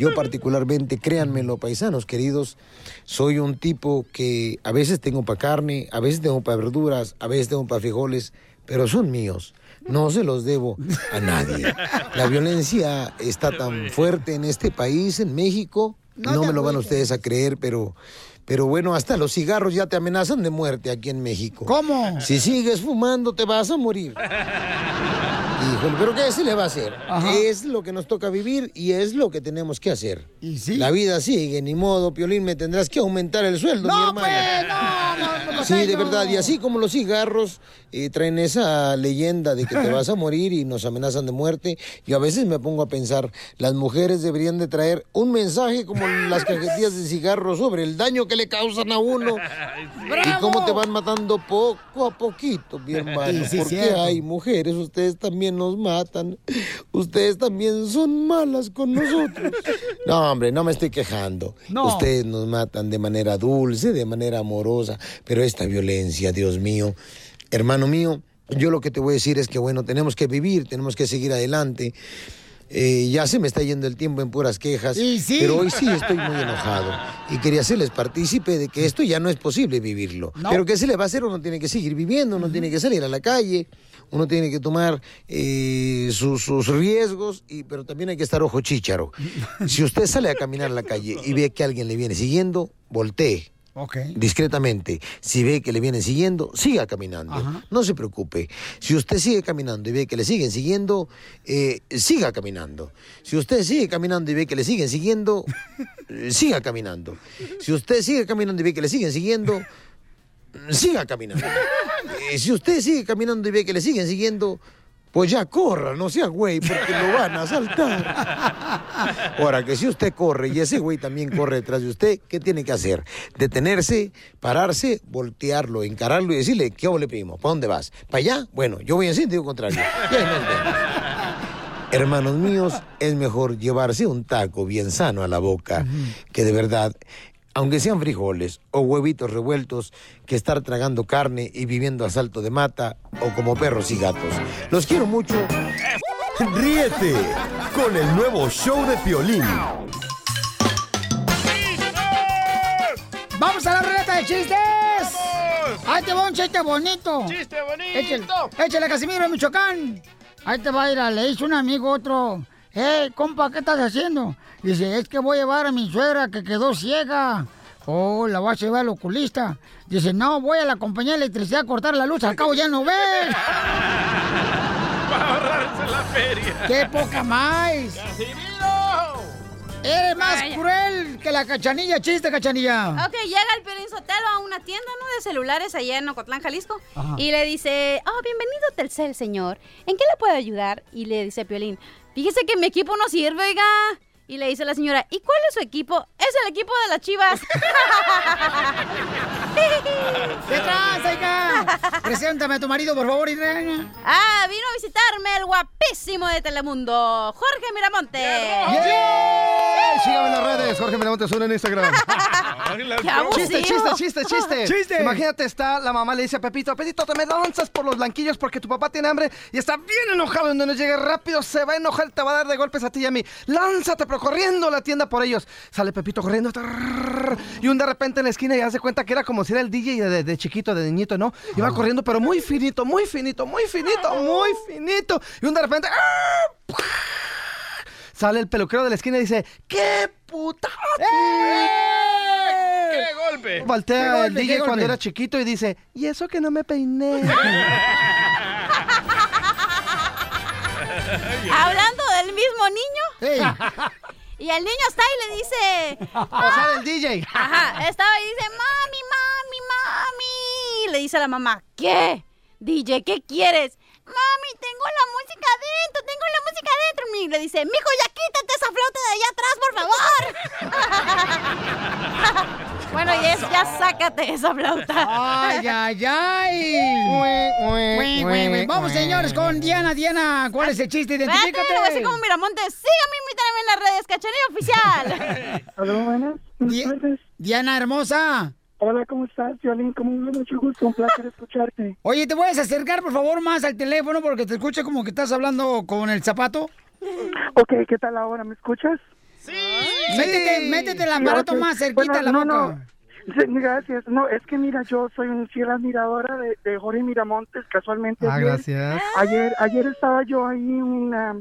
S24: Yo particularmente, créanmelo, paisanos queridos, soy un tipo que a veces tengo para carne, a veces tengo para verduras, a veces tengo para frijoles, pero son míos. No se los debo a nadie. La violencia está tan fuerte en este país, en México.
S2: No
S24: No
S2: te
S24: me lo van ustedes a creer, pero, pero bueno, hasta los cigarros ya te amenazan de muerte aquí en México.
S2: ¿Cómo?
S24: Si sigues fumando te vas a morir. Híjole, pero ¿qué se le va a hacer? Es lo que nos toca vivir y es lo que tenemos que hacer. La vida sigue, ni modo, Piolín, me tendrás que aumentar el sueldo, mi
S2: ¡No,
S24: hermano.
S2: pues! ¡No, no, no,
S24: Sí, de
S2: costeño!
S24: verdad, y así como los cigarros eh, traen esa leyenda de que te vas a morir y nos amenazan de muerte, yo a veces me pongo a pensar, las mujeres deberían de traer un mensaje como las cajetillas de cigarro sobre el daño que le causan a uno y cómo te van matando poco a poquito, mi hermano,
S2: Sí, sí,
S24: porque
S2: cierto.
S24: hay mujeres, ustedes también nos matan, ustedes también son malas con nosotros. No, hombre, no me estoy quejando.
S2: No.
S24: Ustedes nos matan de manera dulce, de manera amorosa, pero esta violencia, Dios mío, hermano mío, yo lo que te voy a decir es que, bueno, tenemos que vivir, tenemos que seguir adelante. Eh, ya se me está yendo el tiempo en puras quejas,
S2: Y sí.
S24: pero hoy sí estoy muy enojado y quería hacerles partícipe de que esto ya no es posible vivirlo. Pero ¿qué se le va a hacer? Uno tiene que seguir viviendo, uno tiene que salir a la calle, uno tiene que tomar eh, sus, sus riesgos, y, pero también hay que estar ojo chícharo. Si usted sale a caminar a la calle y ve que alguien le viene siguiendo, voltee
S2: Ok.
S24: discretamente. Si ve que le vienen siguiendo, siga caminando. No se preocupe. Si usted sigue caminando y ve que le siguen siguiendo, eh, siga caminando. Si usted sigue caminando y ve que le siguen siguiendo, eh, siga caminando. Si usted sigue caminando y ve que le siguen siguiendo, mm, siga caminando. Eh, si usted sigue caminando y ve que le siguen siguiendo, pues ya corra, no sea güey, porque lo van a asaltar. Ahora, que si usted corre y ese güey también corre detrás de usted, ¿qué tiene que hacer? Detenerse, pararse, voltearlo, encararlo y decirle, ¿qué hago le pedimos? ¿Para dónde vas? ¿Para allá? Bueno, yo voy en sentido contrario. Y ahí nos vemos. Hermanos míos, es mejor llevarse un taco bien sano a la boca que de verdad aunque sean frijoles o huevitos revueltos, que estar tragando carne y viviendo a salto de mata o como perros y gatos. Los quiero mucho.
S5: Ríete con el nuevo show de Piolín.
S2: ¡Vamos a la ruleta de chistes! ¡Ahí te va un chiste bonito!
S10: ¡Chiste bonito!
S2: Échale, échale, Casimiro, en Michoacán. Ahí te va a ir, le hizo un amigo otro. ¡Eh, compa, qué estás haciendo! Dice, es que voy a llevar a mi suegra que quedó ciega. Oh, la vas a llevar al oculista. Dice, no, voy a la compañía de electricidad a cortar la luz, al cabo ya no ves.
S10: Para ahorrarse la feria.
S2: ¡Qué poca más!
S10: ¡Casimiro!
S2: Eres más
S9: Ay.
S2: cruel que la cachanilla, chiste, cachanilla.
S9: Ok, llega el Piolín Sotelo a una tienda, ¿no? De celulares allá en Ocotlán, Jalisco.
S2: Ajá.
S9: Y le dice, oh, bienvenido Telcel, señor. ¿En qué le puedo ayudar? Y le dice Piolín, fíjese que mi equipo no sirve, oiga. Y le dice la señora, ¿y cuál es su equipo? Es el equipo de las chivas.
S2: ¿Qué traes, oiga? Preséntame a tu marido, por favor, Irene.
S9: Ah, vino a visitarme el guapísimo de Telemundo, Jorge Miramonte.
S23: ¡Yay! Sígame en las redes, Jorge Miramontes uno en Instagram.
S9: ¡Qué abusivo!
S23: Chiste, chiste,
S13: oh.
S23: chiste, chiste.
S9: ¡Chiste!
S23: Imagínate, está la mamá le dice a Pepito, Pepito, te me lanzas por los blanquillos porque tu papá tiene hambre y está bien enojado. Donde no llegue rápido, se va a enojar, te va a dar de golpes a ti y a mí. Lánzate, pero corriendo a la tienda por ellos. Sale Pepito corriendo. tarrr, Y un de repente en la esquina ya se cuenta que era como si era el DJ de, de- de chiquito, de niñito, ¿no? Iba corriendo, pero muy finito, muy finito, muy finito, muy finito. Y un de repente... ¡ah! Sale el peluquero de la esquina y dice, ¿qué puta?
S10: ¡Eh! ¡Qué golpe!
S23: Voltea
S10: ¿Qué
S23: el
S10: golpe,
S23: DJ
S10: qué
S23: cuando
S10: golpe?
S23: era chiquito y dice, y eso que no me peiné.
S9: Hablando del mismo niño. Y el niño está y le dice.
S23: O sea, del DJ.
S9: Ajá, estaba y dice: Mami, mami, mami. Y le dice a la mamá: ¿Qué? DJ, ¿qué quieres? Mami, tengo la música adentro, tengo la música adentro. Y le dice: Mijo, ya quítate esa flauta de allá atrás, por favor. bueno, y es: Ya sácate esa flauta.
S2: Ay, ay, ay. Güey, güey, güey. Vamos, señores, con Diana. Diana, ¿cuál es el chiste?
S9: Espérate,
S2: Este, Identifícate.
S9: lo voy a decir como Miramonte. Sígame, invítame en las redes, cachanilla oficial.
S2: Diana, hermosa.
S25: Hola, ¿cómo estás, Violín? ¿Cómo estás? Mucho gusto, un placer escucharte.
S2: Oye, ¿te puedes acercar, por favor, más al teléfono porque te escucha como que estás hablando con el zapato?
S25: Ok, ¿qué tal ahora? ¿Me escuchas?
S2: Métete, métete el aparato
S25: Gracias.
S2: más cerquita
S25: Bueno,
S2: a la
S25: no,
S2: boca.
S25: no. Sí, Gracias. No, es que mira, yo soy un fiel admiradora de, de Jorge Miramontes, casualmente.
S23: Ah,
S25: ayer-
S23: gracias.
S25: Ayer, ayer estaba yo ahí en, una-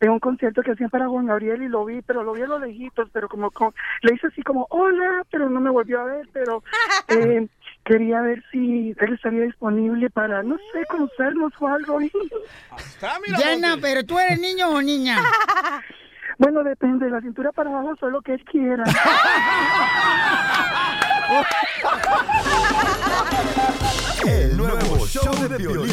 S25: en un concierto que hacían para Juan Gabriel y lo vi, pero lo vi a lo lejitos, pero como con- le hice así como, hola, pero no me volvió a ver, pero eh, quería ver si él estaría disponible para, no sé, conocernos o algo.
S10: Ah,
S2: Diana, pero tú eres niño o niña.
S25: Bueno, depende, de la cintura para abajo, solo que él quiera.
S5: El nuevo show de Piolín.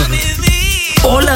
S26: Hola